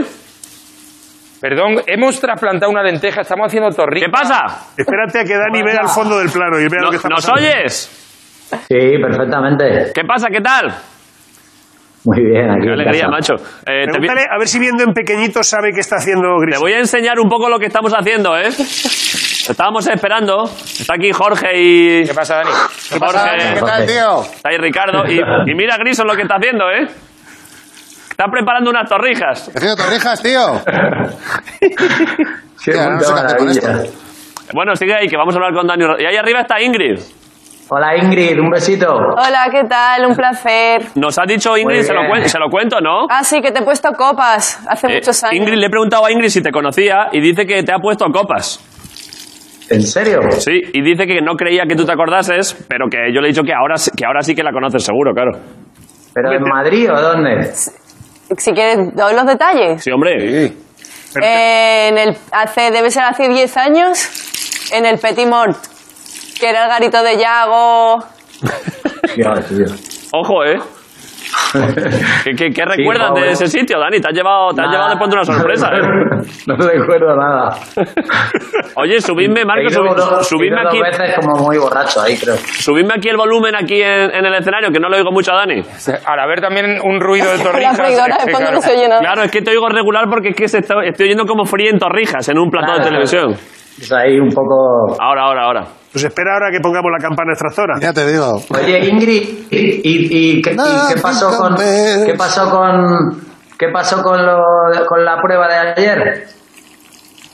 S6: Perdón, hemos trasplantado una lenteja, estamos haciendo torrija.
S11: ¿Qué pasa?
S7: Espérate a que Dani vea al fondo del plano y vea lo
S11: ¿No-
S7: que está
S11: ¿Nos
S7: pasando.
S11: oyes?
S3: Sí, perfectamente.
S11: ¿Qué pasa? ¿Qué tal?
S3: Muy bien, aquí.
S11: Qué
S3: en
S11: alegría,
S3: casa.
S11: macho. Eh, te, vi-
S7: Pregúntale a ver si viendo en pequeñito sabe qué está haciendo
S11: te
S7: Gris.
S11: voy a enseñar un poco lo que estamos haciendo, ¿eh? Estábamos esperando. Está aquí Jorge y...
S6: ¿Qué pasa, Dani?
S9: ¿Qué pasa?
S11: Jorge.
S9: ¿Qué tal, tío?
S11: Está ahí Ricardo. Y, y mira Grison lo que está haciendo, ¿eh? Está preparando unas torrijas.
S9: ¿He sido torrijas, tío?
S3: Qué
S9: Tío, ahora no sé qué eh,
S3: puta
S9: hacer con
S3: maravilla.
S9: esto.
S11: Bueno, sigue ahí, que vamos a hablar con Dani. Y ahí arriba está Ingrid.
S3: Hola Ingrid, un besito.
S5: Hola, ¿qué tal? Un placer.
S11: Nos ha dicho Ingrid,
S3: Muy
S11: se lo,
S3: bien.
S11: cuen- se lo cuento, ¿no?
S5: Ah, sí, que te he puesto copas hace
S11: Oh. Eh,
S5: muchos años.
S11: Ingrid, le he preguntado a Ingrid si te conocía y dice que te ha puesto copas.
S3: ¿En serio?
S11: Sí, y dice que no creía que tú te acordases, pero que yo le he dicho que ahora, sí- que ahora sí que la conoces seguro, claro.
S3: ¿Pero en Madrid o dónde?
S5: Si quieres, doy los detalles.
S11: Sí, hombre.
S5: Eh, en el, hace, debe ser hace 10 años, en el Petit Mort, que era el garito de Yago.
S11: Dios, tío.
S3: Ojo,
S11: <laughs>
S3: ¿eh? ¿Qué, qué, qué recuerdas
S11: Pablo.
S3: de ese sitio, Dani? Te has llevado, te has llevado de pronto una sorpresa, ¿eh?
S11: <laughs> No recuerdo nada.
S3: Oye, subidme, Marco,
S11: He ido
S3: subi-
S11: dos-
S3: subidme
S11: he ido
S3: aquí,
S11: dos veces como muy borracho ahí, creo.
S3: subidme aquí el volumen aquí en, en el escenario, que no lo oigo mucho a Dani.
S6: Al haber también un ruido de
S5: <laughs> La
S6: torrijas...
S5: freidora
S6: es que,
S5: de fondo
S6: claro,
S5: no se oye nada.
S3: Claro, es que te oigo regular porque es que se está- estoy oyendo como frío en torrijas en un plató de
S11: Claro.
S3: televisión.
S11: Es ahí un poco.
S3: Ahora, ahora, ahora.
S7: Pues espera ahora que pongamos la campana extractora.
S9: <laughs> Ya te digo.
S11: Oye, Ingrid, ¿y, y- y qué, y qué pasó con. ¿Qué pasó con. ¿Qué pasó con, lo- con la prueba de ayer?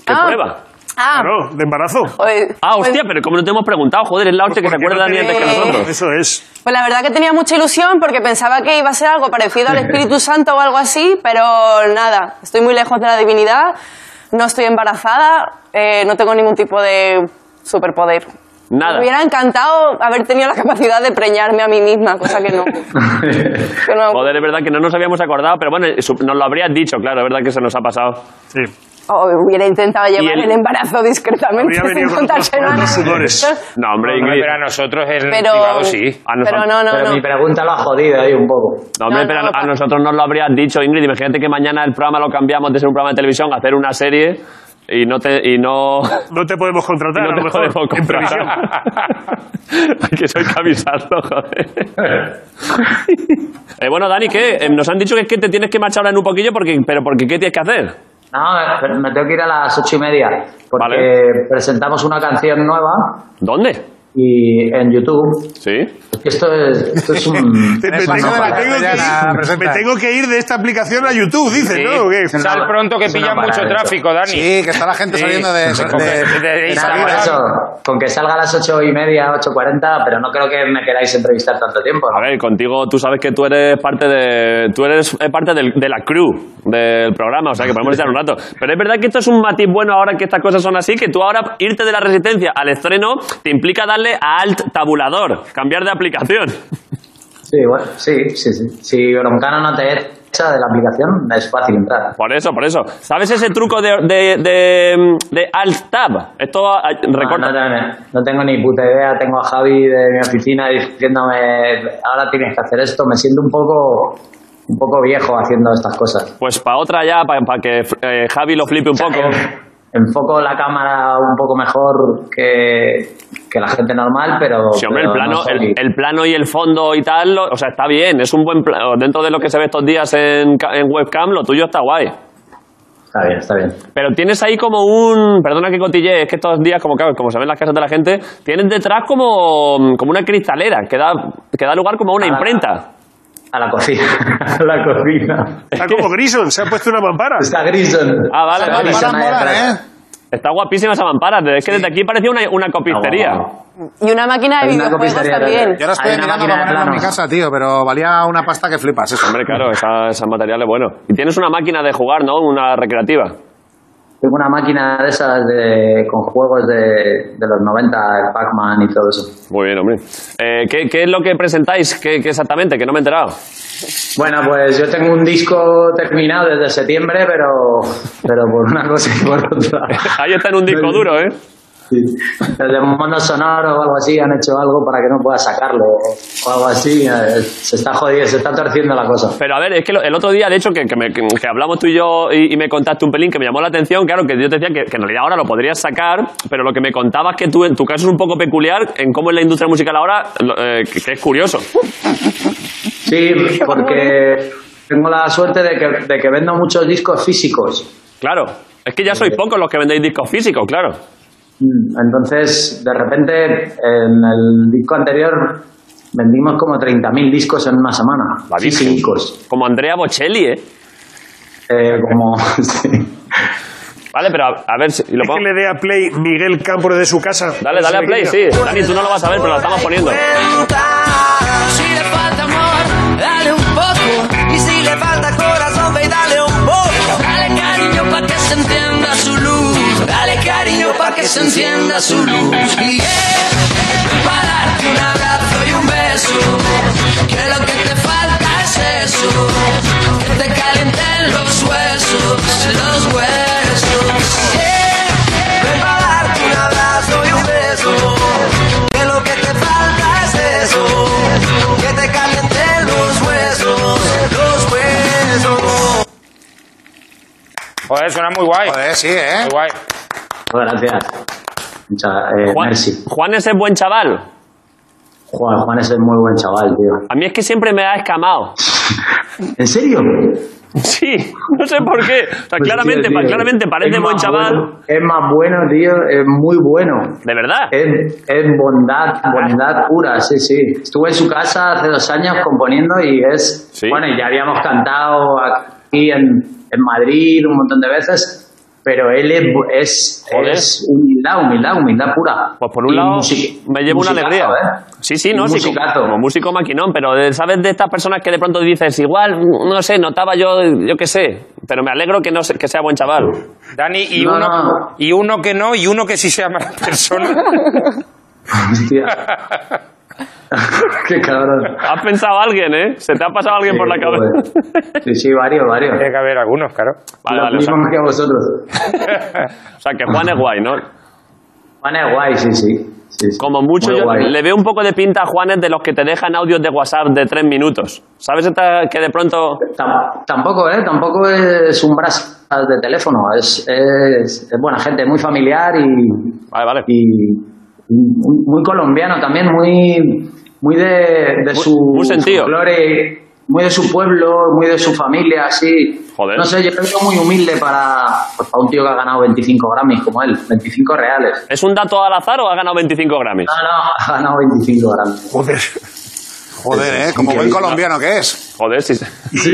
S3: ¿Qué
S5: Ah.
S3: prueba?
S5: Ah,
S7: Claro,
S3: <laughs>
S7: de embarazo.
S5: pues-
S3: Ah,
S5: pues-
S3: hostia, pero como no te hemos preguntado, joder, es la hostia que se
S7: ¿Por qué
S3: acuerda
S7: no
S3: Dani antes que
S5: tenéis-
S3: nosotros.
S7: Eso es.
S5: Pues la verdad que tenía mucha ilusión porque pensaba que iba a ser algo parecido al Espíritu Santo o algo así, pero nada, estoy muy lejos de la divinidad, no estoy embarazada, eh, no tengo ningún tipo de superpoder.
S3: Nada.
S5: Me hubiera encantado haber tenido la capacidad de preñarme a mí misma, cosa
S7: <laughs>
S5: que no. que no-
S3: Joder, es verdad que no nos habíamos acordado, pero bueno, su- nos lo habrías dicho, claro, es verdad que se nos ha pasado.
S7: Sí.
S5: o hubiera intentado llevar
S3: el-
S5: el... embarazo discretamente
S7: Habría
S5: sin
S7: venido con otros
S5: contárselo a
S7: polvos
S5: nadie.
S7: sudores.
S3: No, hombre,
S6: Hombre,
S3: Ingrid.
S6: pero a nosotros en
S5: Pero,
S6: privado sí.
S3: A nosotros-
S5: pero no, no,
S11: Pero
S5: no.
S11: mi pregunta lo ha jodido ahí un poco.
S3: No, hombre,
S5: No,
S3: pero
S5: no,
S3: a
S5: pa-
S3: nosotros nos lo habrías dicho, Ingrid. Imagínate que mañana el programa lo cambiamos de ser un programa de televisión a hacer una serie y no te. Y no,
S7: No te podemos
S3: y
S7: contratar,
S3: no
S7: a
S3: te
S7: lo mejor.
S3: podemos
S7: en
S3: comprar. <laughs>
S7: previsión.
S3: que soy que avisarlo, joder. Eh, bueno, Dani, ¿qué? Eh, nos han dicho que es que te tienes que marchar ahora en un poquillo, porque, pero porque ¿qué tienes que hacer?
S11: No, pero me tengo que ir a las ocho y media. Porque
S3: Vale.
S11: presentamos una canción nueva
S3: ¿Dónde?
S11: y en YouTube.
S3: Sí.
S11: Esto es, esto es un.
S7: <laughs> Te- Me
S11: es una
S7: tengo,
S9: Eso no
S11: parada.
S7: me tengo
S9: para
S7: que
S9: castellana,
S7: ir,
S9: presenta.
S7: me tengo que ir de esta aplicación a YouTube, dices,
S6: Sí.
S7: ¿no? ¿O qué?
S11: Es
S6: Sal
S11: una-
S6: pronto que
S11: es una
S6: pilla mucho
S11: parada,
S6: tráfico, Dani.
S9: Sí, que está la gente
S6: Sí.
S9: saliendo de.
S6: Sí,
S9: de-
S6: de- de
S9: salidas.
S11: Nada, por eso, con que salga a las ocho y media, ocho cuarenta, pero no creo que me queráis entrevistar tanto tiempo.
S3: A ver, contigo tú sabes que tú eres parte de tú eres eh, parte del- de la crew del programa, o sea que podemos echar un rato. Pero es verdad que esto es un matiz bueno ahora que estas cosas son así, que tú ahora irte de la resistencia al estreno te implica darle a alt tabulador, cambiar de aplicación.
S11: Sí, bueno, sí, sí, sí. Si Broncano no te echa de la aplicación, es fácil entrar.
S3: Por eso, por eso. ¿Sabes ese truco de, de, de- de alt tab? Esto ah,
S11: No,
S3: recorta.
S11: no, no, no tengo ni puta idea. Tengo a Javi de mi oficina diciéndome, ahora tienes que hacer esto. Me siento un poco, un poco viejo haciendo estas cosas.
S3: Pues para otra ya, para que eh, Javi lo flipe un poco.
S11: <laughs> Enfoco la cámara un poco mejor que, que la gente normal, pero.
S3: Sí, hombre, el
S11: pero
S3: plano,
S11: no soy-
S3: el, el plano y el fondo y tal, lo- o sea, está bien, es un buen plano. Dentro de lo que se ve estos días en, ca- en webcam, lo tuyo está guay.
S11: Está bien, está bien.
S3: Pero tienes ahí como un. Perdona que cotille, es que estos días, como, claro, como se ven las casas de la gente, tienes detrás como, como una cristalera que da, que da lugar como a una
S11: Ah.
S3: imprenta.
S11: A la cocina. <laughs> A la cocina.
S7: Está como Grison, se ha puesto una mampara.
S11: Está Grison.
S3: Ah, vale,
S11: Está
S3: vale.
S11: Grison ahí
S9: Molan,
S11: atrás.
S9: ¿eh?
S3: Está guapísima esa mampara, es que desde aquí parecía una, una copistería.
S11: Guau, guau, guau.
S5: Y una máquina de
S11: Hay una
S5: videojuegos
S11: copistería,
S5: también.
S9: Yo ahora estoy
S11: Hay una
S9: mirando
S11: máquina
S9: para
S11: de
S9: ponerlo en mi
S11: planos.
S9: casa, tío, pero valía una pasta que flipas, eso.
S3: Hombre, claro, esa- ese material es bueno. Y tienes una máquina de jugar, ¿no? Una recreativa.
S11: Tengo una máquina de esas de, con juegos de, de los 90, el Pac-Man y todo eso.
S3: Muy bien, hombre. Eh, ¿qué, qué es lo que presentáis? ¿Qué, qué exactamente? Que no me he enterado.
S11: Bueno, pues yo tengo un disco terminado desde septiembre, pero, pero por una cosa y por otra.
S3: <laughs> Ahí está en un disco duro, ¿eh?
S11: Sí. Los de Mono Sonoro o algo así han hecho algo para que no pueda sacarlo o algo así. eh, Se está jodiendo, se está torciendo la cosa.
S3: Pero a ver, es que lo- el otro día, de hecho, que, que me- que- que hablamos tú y yo y, y me contaste un pelín que me llamó la atención, claro, que yo te decía que, que en realidad ahora lo podrías sacar, pero lo que me contabas que tú, en tu caso es un poco peculiar en cómo es la industria musical ahora, lo- eh, que, que es curioso.
S11: Sí, porque tengo la suerte de que, de que vendo muchos discos físicos.
S3: Claro, es que ya sois pocos los que vendéis discos físicos, claro.
S11: Mm, Entonces, de repente, en el disco anterior vendimos como 30.000 discos en una semana.
S3: La Virgen.
S11: Físicos.
S3: Como Andrea Bocelli, ¿eh?
S11: Eh, como, <laughs> sí.
S3: Vale, pero a, a ver si y lo
S7: Es que
S3: pongo-
S7: le dé a play Miguel Campos de su casa.
S3: Dale, dale a play, sí. Dani, tú no lo vas a ver, pero lo estamos poniendo.
S12: Si le falta amor, dale un poco. Y si le falta corazón, ve y dale un poco. Dale cariño pa' que se entienda su luz. Dale cariño pa' que se encienda su luz. Y yeah, pa' darte un abrazo y un beso. Que lo que te falta es eso. Que te calienten los huesos, los huesos.
S6: Joder, suena muy guay.
S9: Joder, sí, ¿eh?
S6: Muy guay.
S11: Muchas gracias. Muchas eh,
S3: Juan,
S11: merci.
S3: Juan es el buen chaval.
S11: Juan, Juan es un muy buen chaval, tío.
S3: A mí es que siempre me ha escamado.
S11: ¿En serio?
S3: Sí, no sé por qué. O
S11: Pues,
S3: sea, Pues claramente,
S11: tío,
S3: pa-
S11: tío,
S3: claramente parece
S11: es
S3: buen
S11: más
S3: chaval.
S11: bueno, es más bueno, tío. Es muy bueno.
S3: De verdad.
S11: Eh, Es, es bondad, bondad pura, sí, sí. Estuve en su casa hace dos años componiendo y es...
S3: Sí.
S11: Bueno, y ya habíamos cantado aquí en, en Madrid un montón de veces, pero él es, es,
S3: Joder.
S11: es humildad, humildad, humildad pura.
S3: Pues por un
S11: Y
S3: lado
S11: music-
S3: me llevo una
S11: musicazo,
S3: alegría.
S11: ¿eh?
S3: Sí, sí,
S11: Un
S3: no, sí,
S11: musicazo.
S3: como, como músico maquinón, pero de- sabes de estas personas que de pronto dices, igual, no sé, notaba yo, yo qué sé, pero me alegro que no se- que sea buen chaval.
S6: Dani, y,
S11: No,
S6: uno,
S11: no.
S6: y uno que no, y uno que sí sea mala <laughs> persona.
S3: <laughs>
S11: Hostia. Qué cabrón.
S3: Has pensado a alguien, ¿eh? Se te ha pasado alguien por la
S11: Sí,
S3: cabeza.
S11: joder. Sí, sí, varios, varios.
S6: Tiene que haber algunos, claro.
S3: Vale, vale, o
S11: Los
S3: sea,
S11: mismos que vosotros.
S3: o sea, que Juan es guay, ¿no?
S11: Juan es guay, sí, sí. sí, sí.
S3: Como mucho
S11: Muy
S3: yo
S11: guay.
S3: le veo un poco de pinta a Juanes de los que te dejan audios de WhatsApp de tres minutos. ¿Sabes esta que de pronto...
S11: Tam- tampoco, ¿eh? Tampoco es un brazo de teléfono. Es, es, es buena gente, muy familiar y,
S3: Vale, vale.
S11: y muy, muy colombiano también, muy, muy de, de su
S3: muy sentido.
S11: folclore, muy de su pueblo, muy de su familia, así.
S3: Joder.
S11: No sé, yo lo veo muy humilde para, pues, para un tío que ha ganado 25 Grammys como él, 25 reales.
S3: ¿Es un dato al azar o ha ganado 25 Grammys?
S11: No, no, ha ganado 25 Grammys.
S7: Joder.
S9: Joder, ¿eh? Como buen colombiano que es.
S3: Joder, sí.
S11: Sí,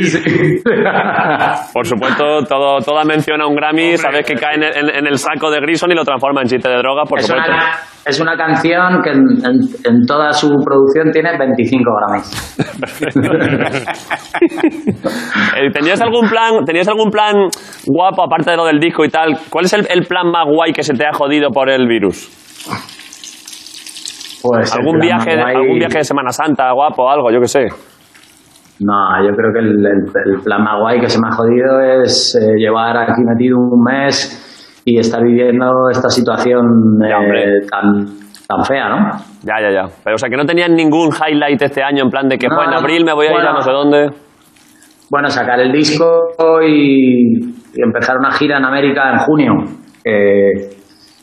S11: sí.
S3: <laughs> Por supuesto, todo, toda mención a un Grammy, sabes que cae en el, en- en el saco de Grison y lo transforma en chiste de droga, por
S11: es,
S3: supuesto.
S11: una, es una canción que en, en- en toda su producción tiene 25 Grammys.
S3: <laughs> Eh, ¿Tenías algún plan, tenías algún plan guapo aparte de lo del disco y tal? ¿Cuál es el, el plan más guay que se te ha jodido por el virus?
S11: Pues el
S3: ¿Algún
S11: plan
S3: viaje, de,
S11: guay-
S3: algún viaje de Semana Santa guapo, algo, yo qué sé?
S11: No, yo creo que el, el- el plan más guay que se me ha jodido es eh, llevar aquí metido un mes y estar viviendo esta situación
S3: Ya,
S11: eh,
S3: hombre.
S11: tan, tan fea, ¿no?
S3: Ya, ya, ya. Pero, o sea, que no tenías ningún highlight este año en plan de que,
S11: No,
S3: pues, en
S11: no,
S3: abril me voy a ir a
S11: bueno.
S3: no sé dónde.
S11: Bueno, sacar el disco y, y empezar una gira en América en junio. que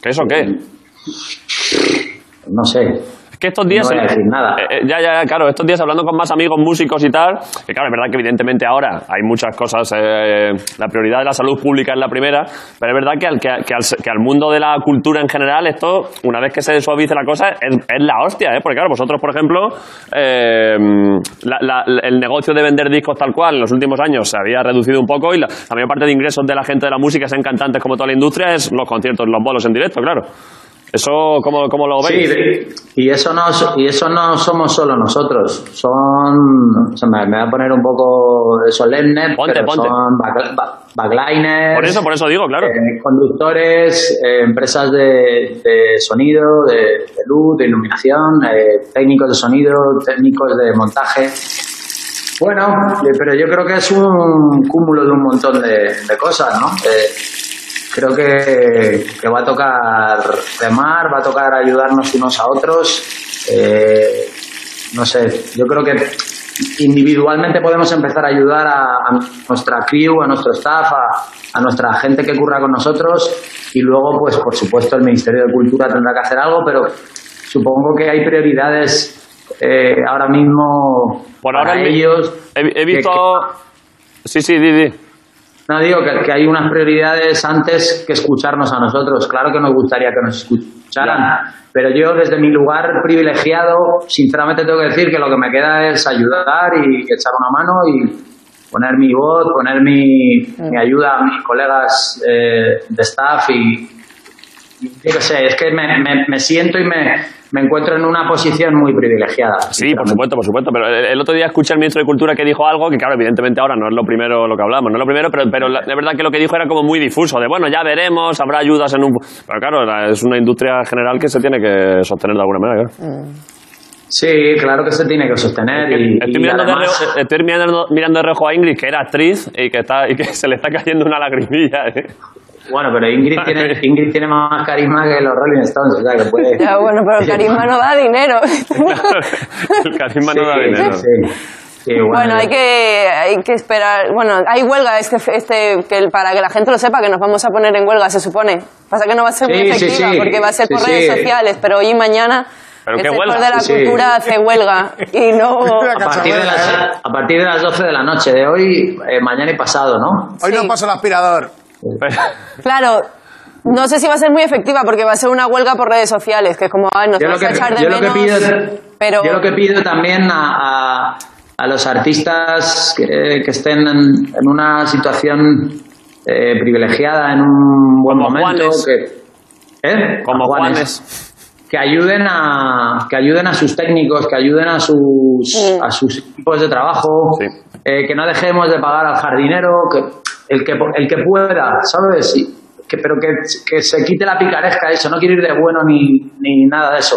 S3: ¿Qué eso qué?
S11: no sé.
S3: Es que estos días.
S11: No voy a decir nada.
S3: Eh, eh, ya, ya, claro, estos días hablando con más amigos músicos y tal. Que claro, es verdad que evidentemente ahora hay muchas cosas. eh, la prioridad de la salud pública es la primera. Pero es verdad que al, que, al- que al, se- que al mundo de la cultura en general, esto, una vez que se suavice la cosa, es, es la hostia, ¿eh? Porque claro, vosotros, por ejemplo, eh, la- la- el negocio de vender discos tal cual en los últimos años se había reducido un poco y la, la mayor parte de ingresos de la gente de la música, sean cantantes como toda la industria, es los conciertos, los bolos en directo, claro. ¿Eso cómo, cómo lo veis?
S11: Sí, y eso no, so- y eso no somos solo nosotros. Son, o sea, me, me voy a poner un poco solemne,
S3: Ponte,
S11: E pero
S3: ponte.
S11: son back- ba- backliners.
S3: Por eso, por eso digo, claro.
S11: eh, conductores, eh, empresas de, de sonido, de, de luz, de iluminación, eh, técnicos de sonido, técnicos de montaje. Bueno, eh, pero yo creo que es un cúmulo de un montón de, de cosas, ¿no? Eh, creo que, que va a tocar remar, va a tocar ayudarnos unos a otros. eh, no sé, yo creo que individualmente podemos empezar a ayudar a, a nuestra crew, a nuestro staff, a, a nuestra gente que curra con nosotros y luego, pues por supuesto, el Ministerio de Cultura tendrá que hacer algo, pero supongo que hay prioridades eh, ahora mismo
S3: Por
S11: para
S3: ahora el mi-
S11: ellos.
S3: He, he
S11: que-
S3: visto.
S11: que-
S3: Sí, sí, di, di.
S11: no, digo que, que hay unas prioridades antes que escucharnos a nosotros. Claro que nos gustaría que nos escucharan, pero yo desde mi lugar privilegiado, sinceramente tengo que decir que lo que me queda es ayudar y echar una mano y poner mi voz, poner mi, mi ayuda a mis colegas eh, de staff y, y yo qué sé, es que me, me- me siento y me, me encuentro en una posición muy privilegiada.
S3: Sí, por
S11: sinceramente.
S3: supuesto, por supuesto. Pero el, el otro día escuché al ministro de Cultura que dijo algo que, claro, evidentemente ahora no es lo primero lo que hablamos, no es lo primero, pero, pero la, de verdad que lo que dijo era como muy difuso, de bueno, ya veremos, habrá ayudas en un. Pero claro, la- es una industria general que se tiene que sostener de alguna manera. claro.
S11: Sí, claro que se tiene que sostener. y,
S3: Estoy,
S11: y
S3: mirando, de
S11: además-
S3: reojo- estoy mirando, mirando de reojo a Ingrid, que era actriz y que, está, y que <laughs> se le está cayendo una lagrimilla. ¿eh? <laughs>
S11: Bueno, pero Ingrid tiene, Ingrid tiene más carisma que los Rolling Stones, o sea que
S5: <laughs>
S11: puede... <laughs>
S5: Ya, bueno, pero el carisma no da dinero.
S3: El carisma no da
S11: Sí,
S3: dinero.
S11: sí, sí. Sí, bueno,
S5: Bueno,
S11: yo-
S5: hay que, hay que esperar. Bueno, hay huelga este, este, que el- para que la gente lo sepa, que nos vamos a poner en huelga, se supone. Pasa que no va a ser muy
S11: Sí, sí,
S5: efectiva,
S11: sí.
S5: porque va a ser por
S11: Sí,
S5: redes
S11: sí.
S5: sociales, pero hoy y mañana
S3: ¿Pero
S5: el
S3: qué
S5: sector
S3: huelga?
S5: de la
S11: Sí, sí.
S5: cultura hace huelga y
S11: <laughs>
S5: no...
S11: A partir, de las, a partir de las 12 de la noche de hoy, eh, mañana y pasado, ¿no?
S9: Hoy no
S5: Sí.
S9: paso el aspirador.
S5: Claro, no sé si va a ser muy efectiva, porque va a ser una huelga por redes sociales, que es como, ay, nos
S11: Yo lo
S5: vas
S11: que,
S5: a echar de
S11: yo lo que
S5: menos,
S11: pido,
S5: pero...
S11: yo lo que pido también a, a- a los artistas que, que estén en, en una situación eh, privilegiada, en un buen
S3: Como
S11: momento,
S3: Juanes.
S11: que, ¿eh?
S3: Como
S11: A que ayuden a que ayuden a sus técnicos, que ayuden a sus a sus equipos de trabajo,
S3: Sí.
S11: eh, que no dejemos de pagar al jardinero, que el que el que pueda, ¿sabes? Y que, pero que, que se quite la picaresca eso, no quiero ir de bueno ni, ni nada de eso.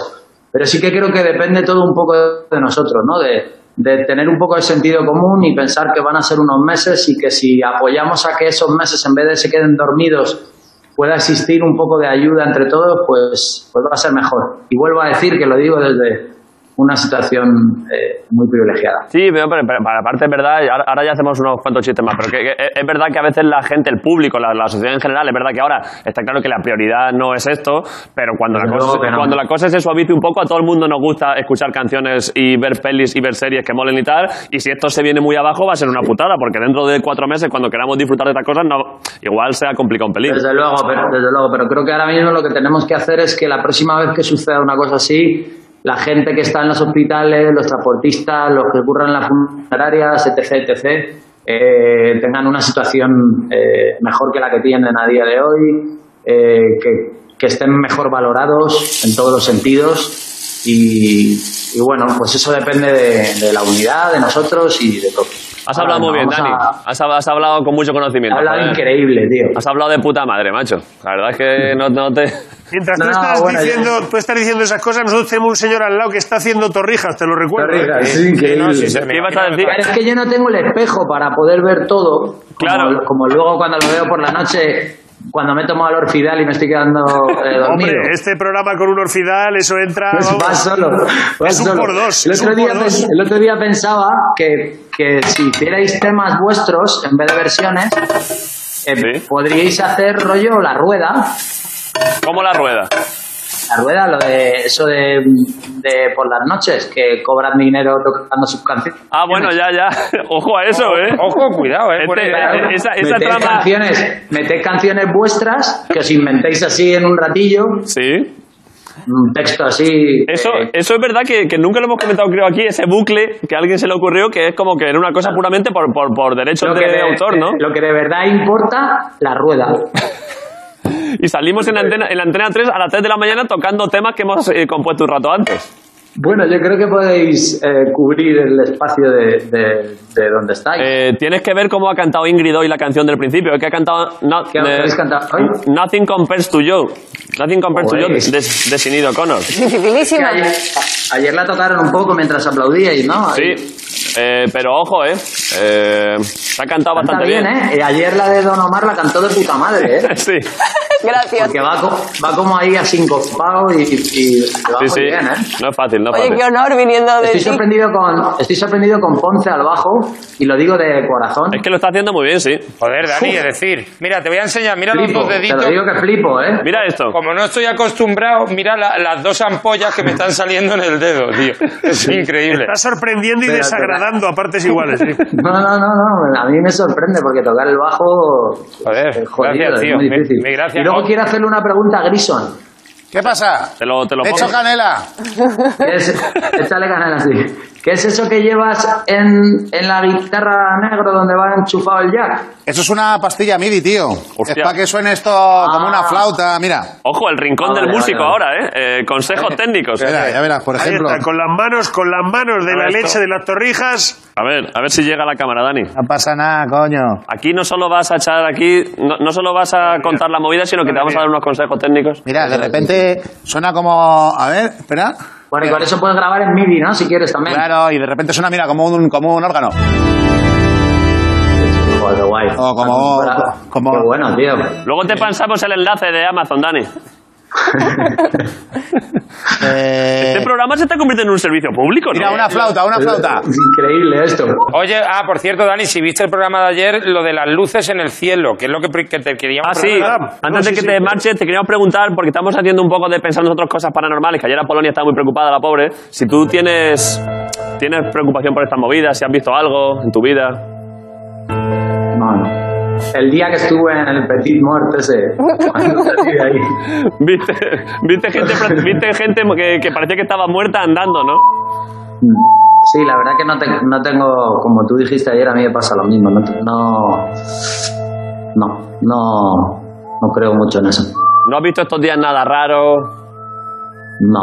S11: Pero sí que creo que depende todo un poco de nosotros, ¿no? De, de tener un poco de sentido común y pensar que van a ser unos meses y que si apoyamos a que esos meses en vez de se queden dormidos pueda existir un poco de ayuda entre todos, pues, pues va a ser mejor. Y vuelvo a decir que lo digo desde una situación eh, muy privilegiada.
S3: Sí, pero, pero- pero- pero aparte es verdad, ahora, ahora ya hacemos unos cuantos chistes más, pero que, que es- es verdad que a veces la gente, el público, la, la sociedad en general, es verdad que ahora está claro que la prioridad no es esto, pero cuando la,
S11: Desde
S3: cosa,
S11: luego que no.
S3: cuando la cosa se suavice un poco, a todo el mundo nos gusta escuchar canciones y ver pelis y ver series que molen y tal, y si esto se viene muy abajo va a ser una putada, porque dentro de cuatro meses, cuando queramos disfrutar de estas cosas, no, igual sea complicado un pelín.
S11: Desde luego, pero, desde luego, pero creo que ahora mismo lo que tenemos que hacer es que la próxima vez que suceda una cosa así, la gente que está en los hospitales, los transportistas, los que curran en las funerarias, etc., etc., eh, tengan una situación eh, mejor que la que tienen a día de hoy, eh, que, que estén mejor valorados en todos los sentidos y, y bueno, pues eso depende de, de la unidad, de nosotros y de todo.
S3: Has hablado muy
S11: Ahora,
S3: bien,
S11: vamos
S3: Dani.
S11: a-
S3: Has, hab- has hablado con mucho
S11: He
S3: conocimiento.
S11: hablado
S3: joder.
S11: increíble, tío.
S3: Has hablado de puta madre, macho. La verdad es que no, no te...
S7: Mientras tú,
S11: No,
S7: estás
S11: bueno,
S7: diciendo, tú estás diciendo esas cosas, nosotros tenemos un señor al lado que está haciendo torrijas, te lo recuerdo. ¿eh?
S11: Torrijas, sí,
S7: Que no,
S11: increíble.
S7: sí, sí.
S3: ¿Qué ibas a decir?
S11: Pero es que yo no tengo el espejo para poder ver todo. como-
S3: Claro.
S11: Como, luego cuando lo veo por la noche, cuando me tomo al orfidal y me estoy quedando
S7: <laughs>
S11: eh, dormido.
S7: Hombre,
S11: <laughs>
S7: este programa con un orfidal, eso entra.
S11: Pues
S7: vamos.
S11: va solo. va
S7: Es un
S11: solo.
S7: por dos,
S11: El
S7: es
S11: otro,
S7: un
S11: día
S7: por
S11: pens-
S7: dos.
S11: el otro día pensaba que, que si hicierais temas vuestros en vez de versiones, eh,
S3: Sí.
S11: podríais hacer rollo la rueda.
S3: ¿Cómo la rueda?
S11: La rueda, lo de eso de, de por las noches, que cobran dinero tocando sus canciones.
S3: Ah, bueno, ya, ya. <laughs> Ojo a eso, ¿eh?
S6: Ojo, cuidado, eh.
S3: Este-
S6: Por ahí.
S11: Claro.
S3: esa esa
S11: metéis
S3: trama...
S11: canciones, metéis canciones vuestras que os inventéis así en un ratillo,
S3: Sí.
S11: un texto así.
S3: Eso,
S11: eh,
S3: eso es verdad que, que nunca lo hemos comentado, creo, aquí, ese bucle que a alguien se le ocurrió que es como que era una cosa puramente por, por, por derechos de,
S11: de-
S3: autor, ¿no?
S11: Lo que eh, de verdad importa, la rueda.
S3: Y salimos en
S11: eh,
S3: la, antena, en la antena 3 a las 3 de la mañana tocando temas que hemos eh, compuesto un rato antes.
S11: Bueno, yo creo que podéis eh, cubrir el espacio de, de- de donde estáis.
S3: Eh, tienes que ver cómo ha cantado Ingrid hoy la canción del principio. Es que ha cantado... no-
S11: ¿Qué habéis
S3: eh,
S11: cantado hoy?
S3: Nothing compares to you. Nothing compares to you de,
S11: Joder.
S3: de Sinead O'Connor.
S11: Que
S5: Dificilísima.
S11: ayer, ayer la tocaron un poco mientras aplaudíais, ¿no?
S3: Sí, eh, pero ojo, eh, eh, se ha cantado
S11: Canta
S3: bastante
S11: bien,
S3: bien.
S11: ¿eh? Eh, Ayer la de Don Omar la cantó de puta madre,
S3: <laughs>
S11: ¿eh?
S3: Sí,
S5: Gracias.
S11: Porque va, co- va como ahí asincopado y, y va
S3: sí,
S11: muy
S3: sí.
S11: bien, ¿eh?
S3: No es fácil, no es
S5: Oye,
S3: fácil.
S5: qué honor viniendo de
S11: Estoy
S5: ti.
S11: sorprendido con estoy sorprendido con Ponce al bajo y lo digo de corazón.
S3: Es que lo está haciendo muy bien, sí.
S6: Joder, Dani, es decir, mira, te voy a enseñar, mira los
S11: Flipo,
S6: dos
S11: te
S6: deditos.
S11: lo digo que flipo, ¿eh?
S3: Mira esto.
S6: Como no estoy acostumbrado, mira la- las dos ampollas que me están saliendo en el dedo, tío. Es increíble.
S7: Está sorprendiendo y
S11: Espérate,
S7: desagradando a
S11: <laughs>
S7: partes iguales. sí.
S11: No, no, no, no, a mí me sorprende porque tocar el bajo
S6: Joder,
S11: es jodido,
S6: gracias,
S11: es
S6: tío.
S11: muy
S6: Mi-
S11: difícil.
S6: mi gracia-
S11: y luego
S6: oh.
S11: quiero hacerle una pregunta a Grison.
S9: ¿Qué pasa?
S3: Te lo, te lo
S9: Le echo
S3: pongo.
S9: canela.
S11: ¿Qué
S6: <laughs>
S11: es- échale ganas así. ¿Qué es eso que llevas en, en la guitarra negro donde va enchufado el jack?
S9: Eso es una pastilla MIDI, tío.
S3: Hostia.
S9: Es para que suene esto como una flauta. Mira,
S3: Ojo, el rincón
S11: Ah,
S3: del
S11: vale,
S3: músico
S11: vale,
S3: ahora, ¿eh? Eh, Consejos técnicos.
S9: mira, ya verás, por
S7: Ahí
S9: ejemplo.
S7: está, con las manos, con las manos de la leche de las torrijas.
S3: A ver, a ver si llega la cámara, Dani.
S9: No pasa nada, coño.
S3: Aquí no solo vas a echar aquí, no, no solo vas a contar la movida, sino que te vamos a dar unos consejos técnicos.
S9: Mira, de repente suena como. A ver, espera.
S11: Bueno, y con eso puedes grabar en MIDI, ¿no? Si quieres también.
S9: Claro, y de repente suena, mira, como un, como un
S7: <laughs>
S9: órgano.
S11: Joder, qué guay.
S9: O como-
S11: Bravo.
S9: como-
S11: Qué bueno, tío.
S9: Eh.
S3: Luego te pasamos el enlace de Amazon, Dani. Este programa se está convirtiendo en un servicio público, ¿no?
S9: Eh, Mira, una flauta, una flauta.
S11: Es increíble esto.
S6: Oye, ah, por cierto, Dani, si viste el programa de ayer, lo de las luces en el cielo, que es lo que, pre- que te queríamos
S3: Ah, sí.
S6: preguntar.
S3: Antes de que te marches, te queríamos preguntar, porque estamos haciendo un poco de pensando nosotros cosas paranormales, que ayer la Polonia estaba muy preocupada, la pobre. Si tú tienes, tienes preocupación por estas movidas, si has visto algo en tu vida. <laughs>
S11: No, no. El día que estuve en el Petit Mort ese, cuando salí de ahí.
S3: Viste, viste gente, viste gente que, que parecía que estaba muerta andando, ¿no?
S11: Sí, la verdad que no, te- no tengo, como tú dijiste ayer, a mí me pasa lo mismo. No, te- no, no, no, no creo mucho en eso.
S3: No has visto estos días nada raro.
S11: No.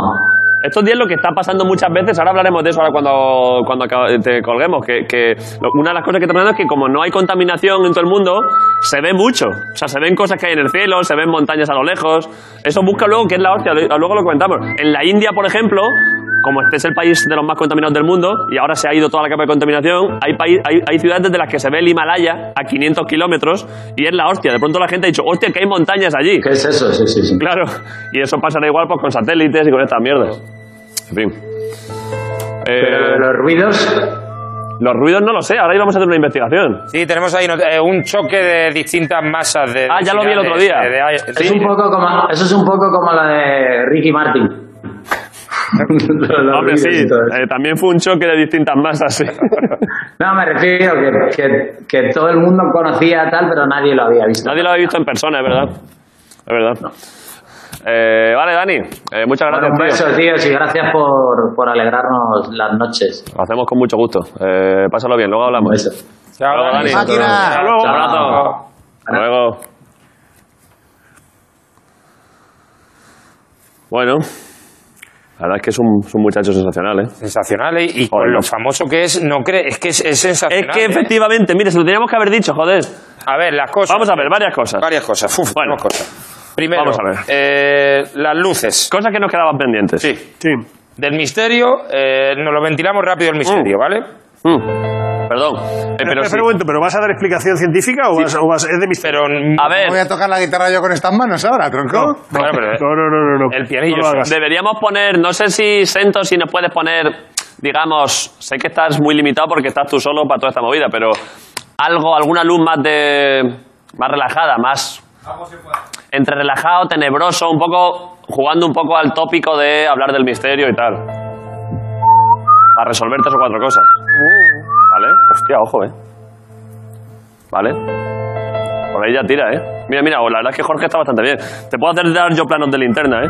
S3: Estos días lo que está pasando muchas veces, ahora hablaremos de eso ahora cuando, cuando aca- te colguemos, que, que lo- una de las cosas que está pasando es que como no hay contaminación en todo el mundo, se ve mucho. O sea, se ven cosas que hay en el cielo, se ven montañas a lo lejos. Eso busca luego que es la hostia, lo- luego lo comentamos. En la India, por ejemplo, como este es el país de los más contaminados del mundo y ahora se ha ido toda la capa de contaminación, hay, paí- hay, hay ciudades de las que se ve el Himalaya a 500 kilómetros y es la hostia. De pronto la gente ha dicho, hostia, que hay montañas allí.
S11: ¿Qué es eso? Sí, sí, sí.
S3: Claro, y eso pasará igual pues, con satélites y con estas mierdas. En fin. Eh,
S11: Pero lo de los ruidos,
S3: los ruidos no lo sé, ahora íbamos a hacer una investigación.
S6: Sí, tenemos ahí not- eh, un choque de distintas masas de.
S3: Ah, ya lo vi el otro día.
S6: de- de-
S11: es un poco como, eso es un poco como la de Ricky Martin. Lo de los
S3: <laughs> Hombre,
S11: ruidos
S3: sí,
S11: y todo eso.
S3: eh, también fue un choque de distintas masas. sí. <laughs>
S11: No, me refiero que, que, que todo el mundo conocía tal, pero nadie lo había visto.
S3: Nadie lo había visto en persona, es verdad. Es verdad. Eh, vale, Dani, eh, muchas
S11: Bueno, un
S3: gracias.
S11: beso,
S3: tío.
S11: tíos, y gracias por, por alegrarnos las noches.
S3: Lo hacemos con mucho gusto. Eh, pásalo bien, luego hablamos.
S11: Un beso.
S6: Chao,
S3: Chao,
S6: Dani.
S3: Dani.
S9: Máquina.
S3: Hasta luego.
S11: Chao.
S3: Abrazo. Hasta luego. Bueno, la verdad es que es un, es un muchacho sensacional, ¿eh?
S6: Sensacional, ¿eh? Y
S3: Joder.
S6: con lo famoso que es, no crees. Es que es, es
S3: Es
S6: sensacional.
S3: que
S6: ¿eh?
S3: efectivamente, mire, se lo teníamos que haber dicho, joder.
S6: A ver, las cosas.
S3: Vamos a ver, varias cosas. <laughs>
S6: Varias cosas. Uf,
S3: Bueno.
S6: varias cosas. Primero,
S3: Vamos a ver.
S6: eh, las luces.
S3: Cosas que nos quedaban pendientes.
S6: Sí.
S7: Sí.
S6: Del misterio, eh, nos lo ventilamos rápido el misterio, ¿vale?
S3: Mm. Perdón. Eh,
S7: Pero,
S3: pero
S7: te
S3: sí.
S7: pregunto, ¿pero vas a dar explicación científica o, vas, o vas- es de mis...
S6: Pero.
S3: A
S9: Voy
S3: ver, eh.
S9: a tocar la guitarra yo con estas manos ahora, tronco.
S6: Bueno, pero-
S7: No, no, no, no. no.
S6: El pianillo,
S7: No lo hagas.
S3: deberíamos poner, no sé si Sento, si nos puedes poner, digamos, sé que estás muy limitado porque estás tú solo para toda esta movida, pero algo, alguna luz más de, más relajada, más entre relajado, tenebroso, un poco jugando un poco al tópico de hablar del misterio y tal. Para resolver tres o cuatro cosas. ¿Vale? Hostia, ojo, eh. ¿Vale? Por ahí ya tira, eh. Mira, mira, la verdad es que Jorge está bastante bien. Te puedo hacer dar yo planos de linterna, eh.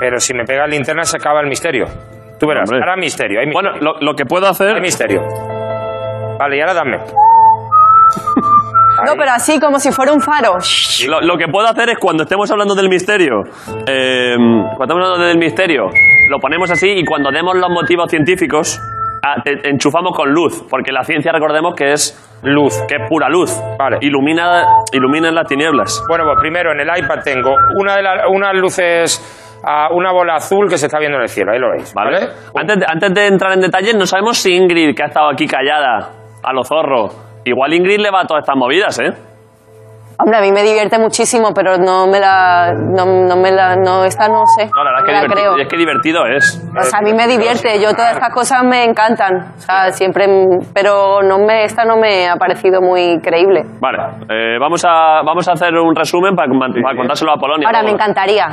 S6: Pero si me pega la linterna se acaba el misterio. Tú verás,
S3: Hombre.
S6: ahora misterio, hay misterio.
S3: Bueno, lo, lo que puedo hacer.
S6: hay misterio. Vale, y ahora dame.
S5: No, pero así como si fuera un faro. Shh.
S3: Lo, lo que puedo hacer es cuando estemos hablando del misterio, eh, cuando estemos hablando del misterio, lo ponemos así y cuando demos los motivos científicos, ah, te- enchufamos con luz, porque la ciencia recordemos que es luz, que es pura luz,
S6: Vale.
S3: ilumina, ilumina en las tinieblas.
S6: Bueno, pues primero en el iPad tengo una de las unas luces, ah, una bola azul que se está viendo en el cielo, ahí lo veis, ¿vale?
S3: ¿Vale? Antes, de, antes de entrar en detalles, no sabemos si Ingrid, que ha estado aquí callada, a lo zorro, igual Ingrid le va a todas estas movidas, ¿eh?
S5: Hombre, a mí me divierte muchísimo, pero no me la. No, no me la. No, esta no sé.
S3: No, la verdad es
S5: me
S3: que,
S5: la
S3: divertido,
S5: creo.
S3: es que divertido es.
S5: O sea, a mí me divierte, yo todas estas cosas me encantan, o sea, siempre, mm, pero no me, esta no me ha parecido muy creíble.
S3: Vale, eh, vamos, a, vamos a hacer un resumen para, para contárselo a Polonia.
S5: Ahora, me
S3: Vamos.
S5: encantaría,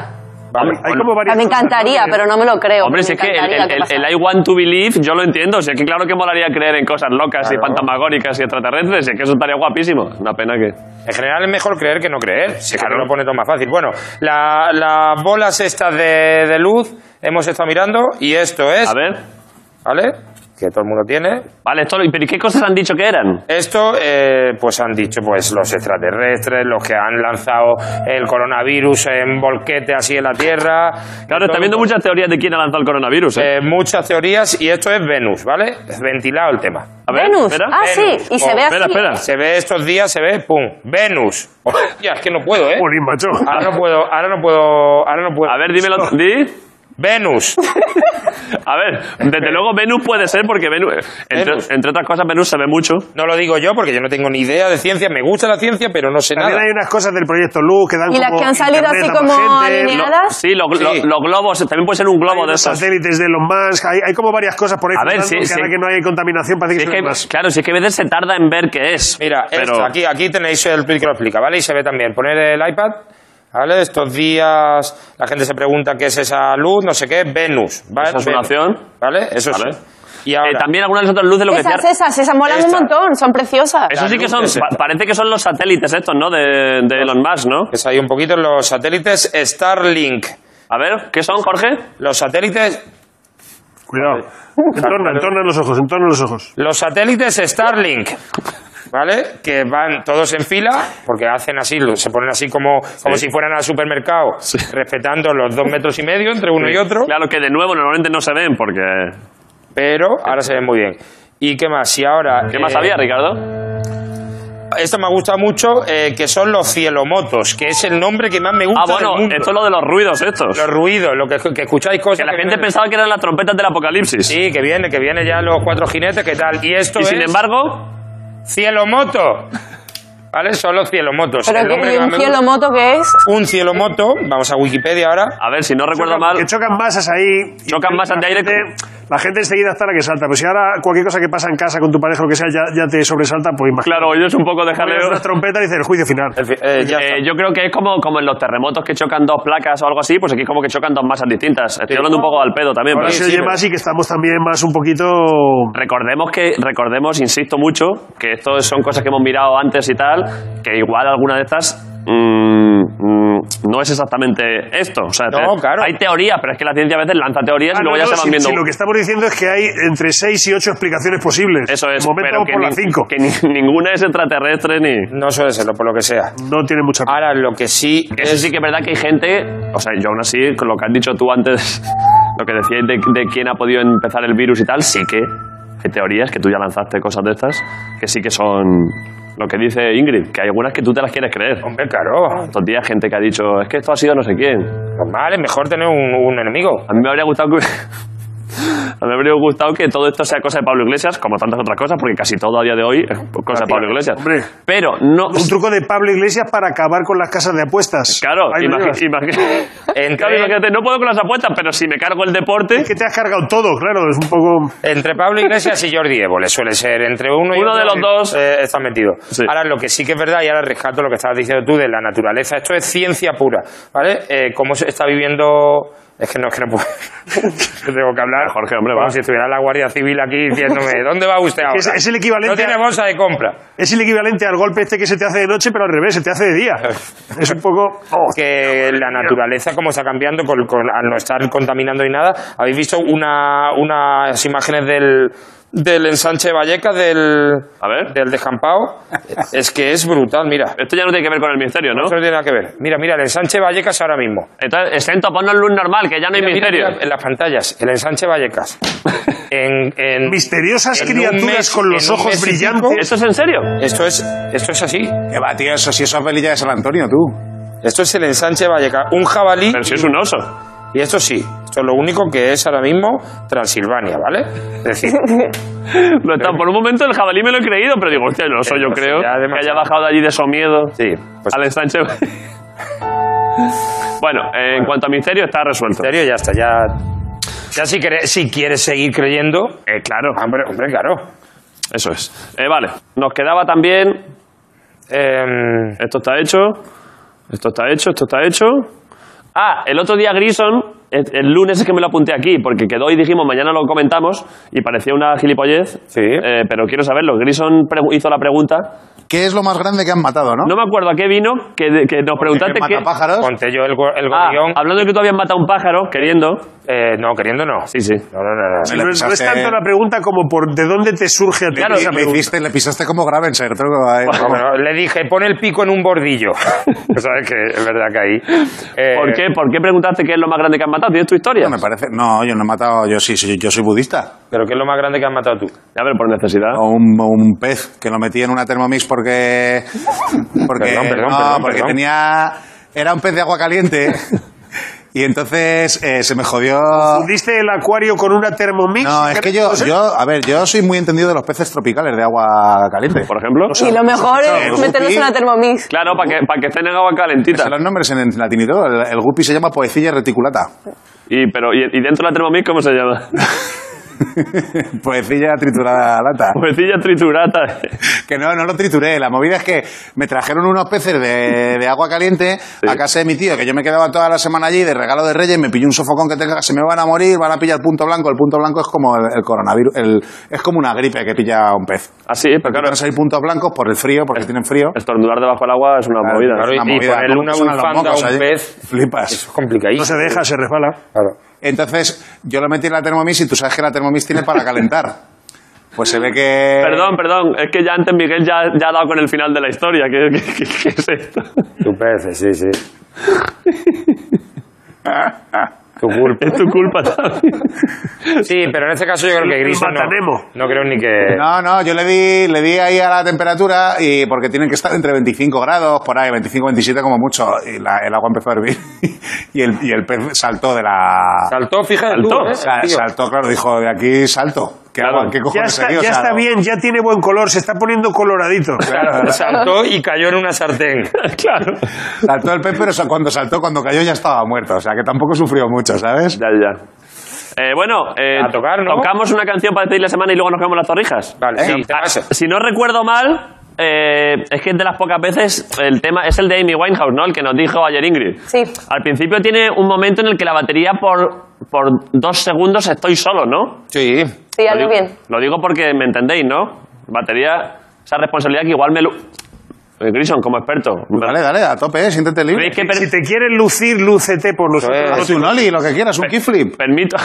S3: Vale.
S7: Hay como
S5: O sea,
S7: varias
S5: me
S7: cosas, ¿no?
S5: encantaría,
S7: Que-
S5: pero no me lo creo.
S3: Hombre,
S5: me
S3: si es que el,
S5: encantaría,
S3: el-
S5: ¿qué
S3: el-
S5: pasa?
S3: el I want to believe, yo lo entiendo. Si es que claro que molaría creer en cosas locas y fantasmagóricas y extraterrestres, si es que eso estaría guapísimo. Una pena que.
S6: En general es mejor creer que no creer, si
S3: Claro.
S6: claro. lo pone todo más fácil. Bueno, la- las bolas estas de, de luz hemos estado mirando y esto es,
S3: A ver.
S6: ¿vale? Que todo el mundo tiene.
S3: Vale, esto. lo- ¿Pero ¿y qué cosas han dicho que eran?
S6: Esto, eh, pues han dicho, pues los extraterrestres, los que han lanzado el coronavirus en volquete así en la Tierra.
S3: Claro, está
S6: Todo-
S3: viendo muchas teorías de quién ha lanzado el coronavirus. ¿eh?
S6: Eh, muchas teorías y esto es Venus, ¿vale? Ventilado el tema.
S3: A ver,
S5: Venus,
S3: espera.
S5: ah,
S6: Venus.
S5: sí, y se
S6: Oh,
S5: ve así.
S3: espera, espera.
S6: Se ve estos días, se ve, pum, Venus. <laughs> Hostia, es que no puedo, ¿eh?
S7: Jolín, macho.
S6: Ahora no puedo, ahora no puedo, ahora no puedo.
S3: A ver, dímelo. Di.
S6: <laughs> Venus.
S3: A ver,
S5: Eh.
S3: desde luego Venus puede ser porque Venus, entre,
S6: Venus.
S3: entre otras cosas, Venus se ve mucho.
S6: No lo digo yo porque yo no tengo ni idea de ciencia. Me gusta la ciencia, pero no sé
S7: También
S6: nada.
S7: hay unas cosas del proyecto Luz que dan
S5: Y las
S7: como
S5: que han salido
S7: internet
S5: así
S7: a más
S5: como
S7: gente,
S5: alineadas.
S3: Lo-
S5: ¿Nada?
S3: sí, lo- lo-
S6: Sí.
S3: los globos, también puede ser un globo de
S7: los
S3: esos.
S7: satélites de Elon Musk, hay, hay como varias cosas por ahí.
S3: A ver,
S7: flotando
S3: sí,
S7: que
S3: sí.
S7: ahora que no hay contaminación parece que
S3: Si es
S7: son
S3: que,
S7: más.
S3: claro, si es que a veces se tarda en ver qué es.
S6: Mira,
S3: pero
S6: esto, aquí, aquí tenéis el tweet que lo explica, ¿vale? Y se ve también. Poner el iPad, ¿vale? Estos días la gente se pregunta qué es esa luz, no sé qué, Venus, ¿vale?
S3: Esa es una
S6: Venus,
S3: opción.
S6: ¿vale? Eso
S3: Vale.
S6: sí. Y
S3: eh,
S6: ahora,
S3: también algunas de las otras luces lo que
S5: Esas,
S3: decía-
S5: esas, esas molan
S6: Esta.
S5: un montón, son preciosas.
S3: Eso sí que son,
S6: luces,
S3: pa-
S6: esta.
S3: parece que son los satélites estos, ¿no? De, de Elon Musk, ¿no?
S6: que es ahí pues un poquito los satélites Starlink.
S3: A ver, ¿qué son, Jorge?
S6: Los satélites,
S7: Cuidado. Entorna, entorna los ojos, entorna los ojos.
S6: los satélites Starlink, ¿vale? Que van todos en fila, porque hacen así, lo- se ponen así como, como si fueran al supermercado, respetando los dos metros y medio entre uno y otro.
S3: Claro que de nuevo normalmente no se ven porque...
S6: pero ahora se ven muy bien. ¿Y qué más? Y ahora...
S3: ¿Qué
S6: eh,
S3: más había, Ricardo?
S6: Esto me gusta mucho, eh, que son los cielomotos, que es el nombre que más me gusta
S3: Ah,
S6: del
S3: bueno,
S6: mundo.
S3: esto es lo de los ruidos estos.
S6: Los ruidos, lo que, que escucháis cosas...
S3: Que la gente
S6: vienen-
S3: pensaba que eran las trompetas del apocalipsis.
S6: Sí, que viene, que viene ya los cuatro jinetes, ¿qué tal? Y esto
S3: y sin
S6: es
S3: embargo,
S6: cielomoto. ¿Vale? Son los cielomotos. el
S5: Pero
S6: nombre que
S5: que,
S6: más
S5: un
S6: me gusta.
S5: cielo moto que es.
S6: Un cielomoto, vamos a Wikipedia ahora.
S3: a ver, si no recuerdo
S7: Chocan-
S3: mal,
S7: Que chocan masas ahí. y
S3: Ah. Chocan masas de
S7: la
S3: aire
S7: gente- La gente enseguida está la que salta. Pues si ahora cualquier cosa que pasa en casa con tu pareja o lo que sea ya, ya te sobresalta, pues imagínate.
S3: claro, yo es un poco de jaleo. <laughs>
S7: Las trompetas y dice el juicio final.
S6: En fin, eh, ya
S3: Eh,
S6: está.
S3: yo creo que es como, como en los terremotos que chocan dos placas o algo así, pues aquí es como que chocan dos masas distintas. Estoy hablando un poco al pedo también.
S7: Ahora
S3: pero-
S7: se
S6: sí,
S7: oye
S6: pero-
S7: más y que estamos también más un poquito...
S3: Recordemos que, recordemos, insisto mucho, que esto son cosas que hemos mirado antes y tal, que igual alguna de estas mm, mm, no es exactamente esto. O sea,
S6: No,
S3: te-
S6: claro.
S3: hay teorías, pero es que la ciencia a veces lanza teorías
S7: Ah,
S3: y
S7: no,
S3: luego ya
S7: no,
S3: se van
S7: si,
S3: viendo.
S7: si lo que estamos diciendo es que hay entre 6 y 8 explicaciones posibles.
S3: Eso es,
S7: De momento
S3: pero
S7: vamos
S3: que,
S7: por
S3: ni-
S7: las 5.
S3: que ni- <laughs> ninguna es extraterrestre ni...
S6: No suele serlo, por lo que sea.
S7: No tiene mucha...
S3: Ah,
S6: Ahora, lo que sí
S3: Eso sí que es verdad que hay gente, o sea, yo aún así, con lo que has dicho tú antes, <laughs> lo que decías de, de quién ha podido empezar el virus y tal, sí que hay teorías que tú ya lanzaste cosas de estas, que sí que son lo que dice Ingrid, que hay algunas que tú te las quieres creer.
S6: Hombre, claro.
S3: Estos días gente que ha dicho, es que esto ha sido no sé quién.
S6: Normal, es mejor tener un, un enemigo.
S3: A mí me habría gustado que... <laughs> a mí me habría gustado que todo esto sea cosa de Pablo Iglesias, como tantas otras cosas, porque casi todo a día de hoy es cosa de Pablo Iglesias.
S7: hombre.
S3: Pero no...
S7: Un truco de Pablo Iglesias para acabar con las casas de apuestas.
S3: Claro,
S7: Ahí lo llevas.
S3: imagi-
S6: <laughs>
S3: imagi-
S6: Entre-
S3: Claro, imagínate, no puedo con las apuestas, pero si me cargo el deporte...
S7: Es que te has cargado todo, claro, es un poco...
S6: Entre Pablo Iglesias y Jordi Évole suele ser. Entre uno y
S3: Uno
S6: otro,
S3: de los dos.
S6: eh, está metido.
S3: Sí.
S6: Ahora, lo que sí que es verdad, y ahora rescato lo que estabas diciendo tú de la naturaleza. Esto es ciencia pura, ¿vale? Eh, ¿Cómo se está viviendo...? Es que no, es que no puedo. <laughs> tengo que hablar.
S3: Jorge, hombre,
S6: Como
S3: va.
S6: si estuviera la Guardia Civil aquí diciéndome, ¿dónde va
S3: <laughs>
S6: usted ahora?
S7: Es- es el equivalente
S6: No tiene
S7: a-
S6: bolsa de compra.
S7: Es el equivalente al golpe este que se te hace de noche, pero al revés, se te hace de día. Es un poco... oh,
S6: que la naturaleza como está cambiando con, con- al no estar contaminando y nada. Habéis visto una, unas imágenes del del ensanche de Vallecas, del,
S3: A ver.
S6: del descampado. Es que es brutal, mira.
S3: Esto ya no tiene que ver con el misterio, ¿no?
S6: Eso no tiene nada que ver. Mira, mira, el ensanche de Vallecas ahora mismo.
S3: Entonces, exento, ponnos luz normal, que ya no hay
S6: Mira, mira,
S3: misterio.
S6: mira, en las pantallas, el ensanche de
S3: <laughs>
S6: Vallecas. En, en-
S7: Misteriosas
S6: en un
S7: criaturas
S6: mes-
S7: con los
S6: en un
S7: ojos
S6: mes y pico,
S7: brillantes.
S3: ¿Esto es en serio?
S6: Esto es, esto es así.
S9: Que va, tío, eso sí, eso es velilla de San Antonio, tú.
S6: Esto es el ensanche de Vallecas. Un jabalí
S3: Pero si es un oso.
S6: Y esto sí, esto es lo único que es ahora mismo Transilvania, ¿vale? Es decir,
S3: Lo está- por un momento el jabalí me lo he creído, pero digo, hostia, el oso yo
S6: Pero
S3: creo
S6: ya
S3: que haya
S6: demasiado.
S3: bajado de allí de Somiedo
S6: sí, pues
S3: al ensanche. <laughs> bueno, eh, en cuanto a misterio, está resuelto.
S6: en serio ya está, ya. Ya si, cre- si quieres seguir creyendo.
S3: Eh, claro,
S6: Ah, Hombre, hombre, claro.
S3: eso es. Eh, vale, nos quedaba también
S6: Em,
S3: Esto está hecho. Esto está hecho, esto está hecho. Ah, el otro día Grison, el, el lunes es que me lo apunté aquí, porque quedó y dijimos, mañana lo comentamos, y parecía una gilipollez.
S6: Sí.
S3: Eh, pero quiero saberlo. Grison pre- hizo la pregunta.
S9: ¿Qué es lo más grande que han matado, no?
S3: No me acuerdo a qué vino, que, de- que nos preguntaste
S9: ¿Que
S3: que...
S9: mata pájaros?
S6: conté yo el, go- el
S3: Ah,
S6: gorrión.
S3: hablando de que tú habías matado un pájaro, queriendo.
S6: Eh, no, queriendo no.
S3: Sí, sí.
S6: No, no, no. no.
S9: Se
S7: No
S9: le
S7: es, no es
S9: pisaste-
S7: tanto la pregunta como por de dónde te surge a ti
S3: Claro,
S7: esa
S9: Le
S7: pregunta.
S9: hiciste, le pisaste como Gravenser, tronco, ahí.
S6: No, pero le dije, pon el pico en un bordillo. ¿Sabes que Es verdad que ahí. eh,
S3: ¿Por, qué, ¿Por qué preguntaste qué es lo más grande que has matado? ¿Tienes tu historia?
S9: No, me parece. No, yo no he matado. Yo sí, sí, yo soy budista.
S6: ¿Pero qué es lo más grande que has matado tú?
S3: A ver, por necesidad.
S9: O un, o un pez que lo metí en una
S6: <laughs>
S9: Thermomix porque. Porque.
S6: Perdón, perdón,
S9: no,
S6: perdón,
S9: porque
S6: perdón. <laughs>
S9: tenía. Era un pez de agua caliente. Y entonces eh, se me jodió...
S7: Fundiste el acuario con una Thermomix.
S9: No, es que yo, yo, a ver, yo soy muy entendido de los peces tropicales de agua caliente.
S3: por ejemplo.
S5: Y lo mejor es
S9: claro,
S5: meternos
S9: sí.
S5: en una Thermomix.
S3: Claro, para que, para que estén en agua calentita.
S9: Sé los nombres en, en latín y todo. El, el guppy se llama poecilla
S6: <laughs>
S9: reticulata. <laughs>
S3: Y, pero, y, y dentro de la Thermomix cómo se llama? <laughs>
S9: poecilla triturada a lata.
S3: Pobrecilla triturata.
S9: Que no, no lo trituré. La movida es que me trajeron unos peces de, de agua caliente a casa de mi tío, que yo me quedaba toda la semana allí de regalo de Reyes, me pilló un sofocón que tenga, se me van a morir, van a pillar punto blanco. El punto blanco es como el, el coronavirus, el- es como una gripe que pilla a un pez.
S3: Así, Ah, pero
S9: Van
S3: claro,
S9: a salir puntos blancos por el frío, porque tienen frío.
S3: estornudar debajo del agua es una
S9: Claro,
S3: movida.
S9: claro,
S6: y- y ponerle
S9: ¿no?
S6: una
S9: Suenan los
S6: bufanda a
S9: mocos
S6: un
S9: allí.
S6: pez. Eso
S9: Flipas.
S6: es complicadísimo.
S7: No se deja, se resbala.
S6: Claro.
S9: Entonces, yo lo metí en la Thermomix y tú sabes que la Thermomix tiene para calentar. Pues se ve que...
S3: Perdón, perdón, es que ya antes Miguel ya, ya ha dado con el final de la historia. ¿Qué, qué- qué- qué es esto? <laughs>
S6: Tu pez, sí, sí. tu culpa.
S3: Es tu culpa también. <laughs>
S6: Sí, pero en este caso yo creo que Grisa no.
S7: Matanemo.
S6: No creo ni
S9: <laughs>
S6: que.
S9: No, no, yo le di, le di ahí a la temperatura y porque tienen que estar entre 25 grados, por ahí, 25, 27 como mucho. Y la- el agua empezó a hervir <laughs> y el, y el pez saltó de la...
S6: Saltó, fíjate. tú,
S3: Saltó.
S6: ¿eh?
S9: Sa-
S6: Tío.
S9: saltó, claro, dijo, de aquí salto. ¿Qué
S3: Claro.
S9: agua? ¿Qué
S7: Ya
S9: cojones
S7: está,
S9: aquí? O
S7: ya
S9: sea,
S7: está
S9: no-
S7: bien, ya tiene buen color, se está poniendo coloradito.
S6: Claro, saltó y cayó en una sartén.
S3: Claro.
S9: Saltó el pez, pero sa- cuando saltó, cuando cayó ya estaba muerto. O sea, que tampoco sufrió mucho, ¿sabes?
S3: Ya, ya. Eh, bueno, eh,
S6: A tocar, ¿no?
S3: tocamos una canción para despedir la semana y luego nos comemos las torrijas.
S6: Vale,
S3: Eh,
S6: sí, te
S3: ah,
S6: paso.
S3: Si no recuerdo mal, eh, es que es de las pocas veces el tema es el de Amy Winehouse, ¿no? El que nos dijo ayer Ingrid.
S5: Sí.
S3: Al principio tiene un momento en el que la batería por, por dos segundos estoy solo, ¿no?
S6: Sí.
S5: Sí,
S3: Lo
S5: hazlo
S3: digo-
S5: bien.
S3: Lo digo porque me entendéis, ¿no? Batería, esa responsabilidad que igual me... lu- Eh, Grison, como experto.
S9: Dale, dale, a tope, eh, siéntete libre.
S3: ¿Creéis que per-
S7: Si te quieres lucir, lúcete por los
S6: Eso es.
S9: Hazte un ollie, lo que quieras, un kickflip.
S6: <laughs>
S3: permito...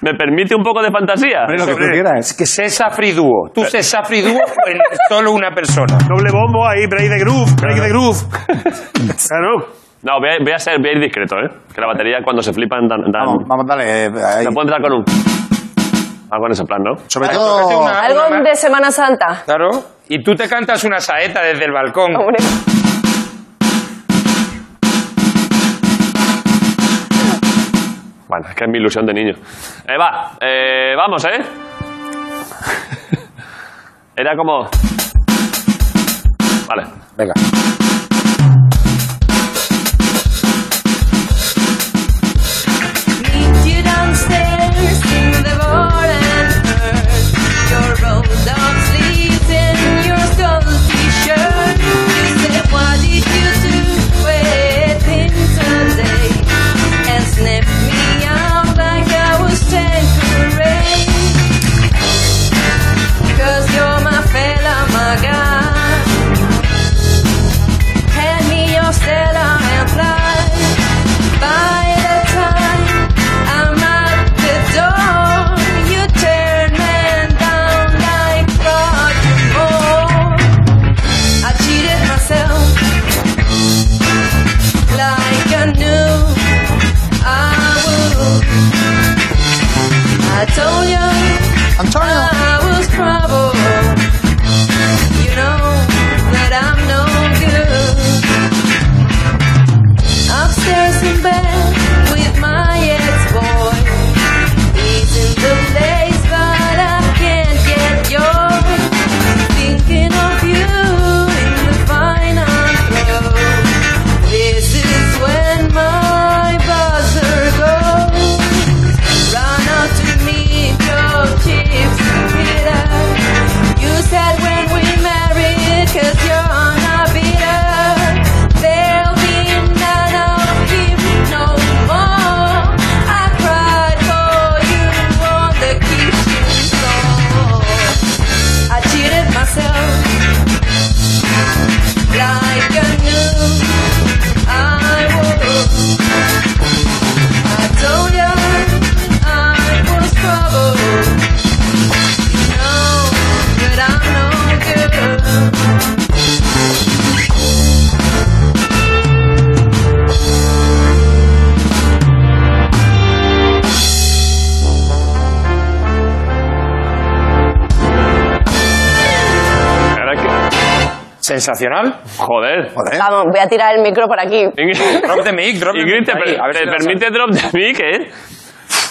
S3: ¿Me permite un poco de fantasía?
S9: Hombre, lo que tú quieras.
S6: Que sé Safri Dúo. Tú sé Safri Dúo en solo una persona.
S7: Doble bombo ahí, break de groove, break de groove. Claro.
S3: No, voy a, voy a ser, voy a ir discreto, ¿eh? Que la batería cuando se flipan dan... dan
S9: Vamos, vamos, dale. eh, ahí.
S3: se puede entrar con un... Algo en ese plan, ¿no?
S9: Sobre
S6: Tócate
S9: todo...
S6: pues una- una
S5: Algo
S6: más.
S5: de Semana Santa.
S6: Claro. Y tú te cantas una saeta desde el balcón.
S5: Hombre.
S3: Bueno, es que es mi ilusión de niño. Eh, va, eh,
S6: <laughs>
S3: vamos, ¿eh? Era como... Vale.
S6: Venga.
S2: Meet you downstairs in the bar and first Your rolled up sleeves and your skull t-shirt You said, what did you do with him today? And sniffed me out like I was tangerine Cause you're my fella, my guy Hand me your Stella and fly by the time I'm at the door, you turn and down like Roger Moore. I cheated myself like I knew I would. I told you I was trouble. You know that I'm no good upstairs in bed with my ex-boy. He's in the place, but I can't get yours. Thinking of you in the final throw. This is when my buzzer goes. Run out to meet your chips, Peter. You said when we married, cause you're not bitter. There'll be none of him no more. I cried for you on the kitchen floor. I cheated myself like I knew I would. I told you I was trouble. You know that I'm no good.
S3: La verdad es que...
S6: Sensacional.
S3: Joder.
S9: Joder.
S5: Vamos, voy a tirar el micro por aquí.
S3: Ingrid,
S6: <laughs> Drop the mic, drop the
S3: Ingrid,
S6: mic
S3: te,
S6: ahí,
S3: per-
S6: a ver
S3: te
S6: si lo
S3: permite drop de mic, ¿eh?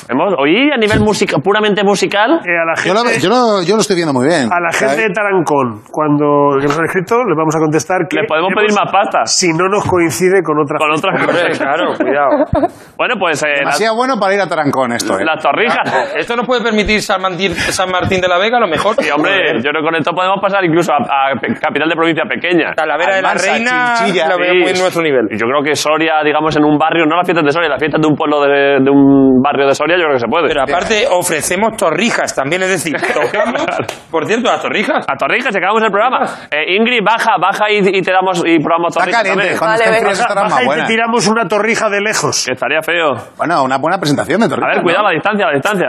S3: Hemos, hoy a nivel música, puramente musical,
S7: Eh, a la
S9: Yo
S7: gente,
S9: lo, yo, lo, yo lo estoy viendo muy bien.
S7: a la gente de
S9: ¿sabes?
S7: Tarancón, cuando que nos han escrito, les vamos a contestar que
S3: le podemos
S7: hemos-
S3: pedir más pastas.
S7: si no nos coincide con otra
S3: Con otras
S6: Hombre,
S3: cosas.
S6: claro, cuidado.
S3: <laughs> Bueno, pues eh, las,
S9: Demasiado bueno para ir a Tarancón esto, ¿eh?
S3: las torrijas.
S6: Esto nos puede permitir San Martín, San Martín de la Vega, a lo mejor.
S3: Sí, hombre, yo creo que con esto podemos pasar incluso a, a pe- capital de provincia pequeña.
S6: Talavera de la
S9: Almansa,
S6: Reina
S9: Chinchilla,
S6: la veo muy en
S3: Sí.
S6: nuestro nivel.
S3: Yo creo que Soria, digamos, en un barrio, no las fiestas de Soria, las fiestas de un pueblo de, de un barrio de Soria, yo creo que se puede.
S6: Pero aparte ofrecemos torrijas también, es decir, tocamos, por cierto, las torrijas.
S3: A Torrijas, se acabamos el programa. Eh, Ingrid, baja, baja y, y te damos y probamos
S9: Está
S3: Torrijas.
S9: caliente,
S3: también.
S9: cuando
S5: Vale,
S9: estén
S5: venga.
S9: frías estarán
S7: Baja y
S9: más
S7: te
S9: buenas.
S7: tiramos una torrija de lejos.
S3: Que estaría feo.
S9: Bueno, una buena presentación de
S3: A
S9: Torrijas.
S3: ver,
S9: ¿no?
S3: cuidado, la distancia, la distancia.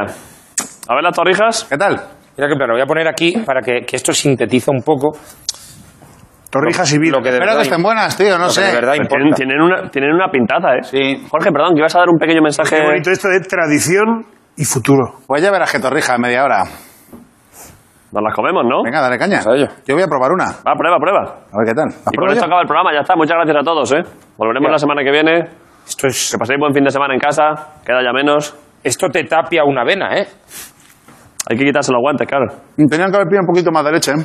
S3: A ver las torrijas.
S9: ¿Qué tal?
S6: Mira que plan, lo voy a poner aquí para que, que esto sintetiza un poco
S7: Torrijas y
S6: lo
S7: vino.
S6: que de
S9: Espero
S6: verdad,
S9: que estén buenas, tío, no
S6: lo que de
S9: sé.
S6: verdad
S3: Pues Tienen,
S6: importa.
S3: tienen una, tienen una pintaza, ¿eh?
S9: Sí.
S3: Jorge, perdón, que ibas a dar un pequeño mensaje.
S7: Qué bonito esto de tradición y futuro.
S9: Pues ya verás que Torrijas en media hora.
S3: Nos las comemos, ¿no?
S9: Venga, dale caña.
S6: Ah. a ello.
S9: Yo voy a probar una.
S3: Va, prueba, prueba.
S9: A ver qué tal.
S3: Y
S9: ¿La
S3: con
S9: pruebo
S3: esto
S9: yo?
S3: acaba el programa, ya está. Muchas gracias a todos, ¿eh? Volveremos la semana que viene.
S6: Esto, es,
S3: Que paséis buen fin de semana en casa. Queda ya menos.
S6: esto te tapia una vena, ¿eh?
S3: Hay que quitarse los guantes, claro.
S9: Tenían que haber pillado un poquito más de leche, ¿eh?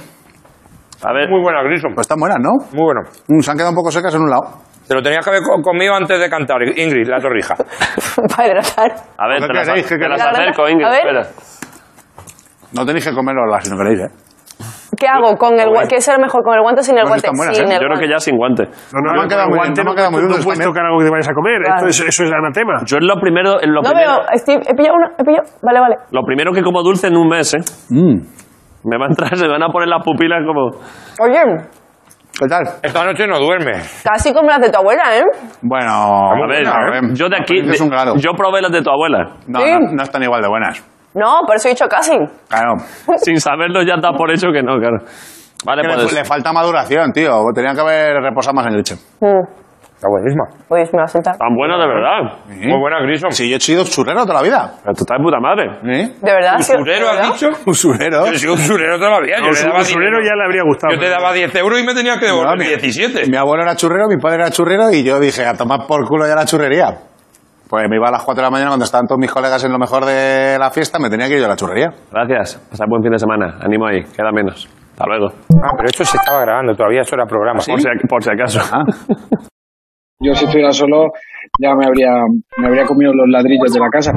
S3: A ver,
S6: Muy buena, Grison.
S9: Pues están buenas, ¿no?
S6: Muy bueno.
S9: Mm, Se han quedado un poco secas en un lado.
S6: Te lo tenías que haber co- comido antes de cantar, Ingrid, la torrija.
S5: <laughs> Para tratar.
S3: a ver,
S9: ¿Qué
S3: te las,
S9: queréis? ¿Qué
S3: te las
S5: queréis?
S3: acerco, Ingrid.
S5: A ver.
S3: Espera.
S9: No tenéis que comerlo ahora si no queréis, ¿eh?
S5: ¿Qué hago? ¿Con el gua- ¿Qué es el mejor? ¿Con el guante o sin el
S9: Pues
S5: guante?
S9: están buenas,
S5: sin
S9: ¿eh?
S5: el
S3: Yo creo que ya sin guante.
S7: No,
S9: No me han quedado muy bien,
S7: aguante,
S9: no me han quedado muy bien,
S7: No puedes
S9: también.
S7: tocar algo que te vayas a comer. ¿eh?
S5: Claro.
S7: Esto es- eso es anatema.
S3: Yo es lo primero, en lo,
S5: No
S3: primero
S5: veo. Estoy, he pillado una. He pillado. Vale, vale.
S3: lo primero que como dulce en un mes, ¿eh?
S9: Mm.
S3: Me va a entrar, <laughs> se me van a poner las pupilas como...
S5: Oye,
S9: ¿Qué tal?
S6: Esta noche no duerme.
S5: casi como las de tu abuela, ¿eh?
S9: Bueno,
S3: A ver,
S9: bueno,
S3: yo de aquí...
S9: Es un regalo.
S3: de- yo probé las de tu
S5: <laughs>
S3: abuela.
S9: No,
S5: Sí.
S9: no, no están igual de buenas.
S5: No, por eso he dicho casi.
S9: Claro.
S3: Sin saberlo ya da por hecho que no, claro. Vale,
S9: Que le,
S3: pues...
S9: le falta maduración, tío. Tenían que haber reposado más en leche.
S5: Mm,
S6: Está buenísima.
S5: Pues me va a sentar.
S3: Tan buena de verdad.
S6: Muy buena, Grison.
S9: Sí, yo he sido usurero toda la vida.
S3: Pero tú estás de puta madre.
S9: ¿Eh?
S5: ¿De verdad? sí,
S6: ¿Usurero
S5: ¿de
S6: has
S5: verdad?
S6: dicho?
S9: ¿Usurero?
S6: Yo soy usurero todavía. Yo,
S7: Al
S6: le daba
S7: usurero
S6: dinero.
S7: ya le habría gustado.
S6: yo te daba 10 euros y me tenía que
S9: No,
S6: devolver
S9: mi-
S6: 17.
S9: Mi abuelo era churrero, mi padre era churrero y yo dije, a tomar por culo ya la churrería. Pues me iba a las 4 de la mañana cuando estaban todos mis colegas en lo mejor de la fiesta, me tenía que ir yo a la churrería.
S3: Gracias. Pasad buen fin de semana. Ánimo ahí. Queda menos. Hasta luego.
S6: Ah, pero esto se estaba grabando todavía, esto era programa.
S3: Por, si, por si acaso.
S9: Ah.
S11: Yo si estuviera solo ya me habría, me habría comido los ladrillos de la casa.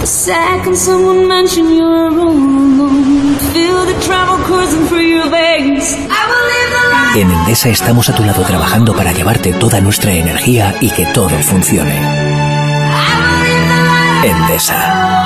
S2: The second someone mentioned you're alone, feel the travel coursing through your veins. I will leave the light.
S13: En Endesa estamos a tu lado trabajando para llevarte toda nuestra energía y que todo funcione. Endesa.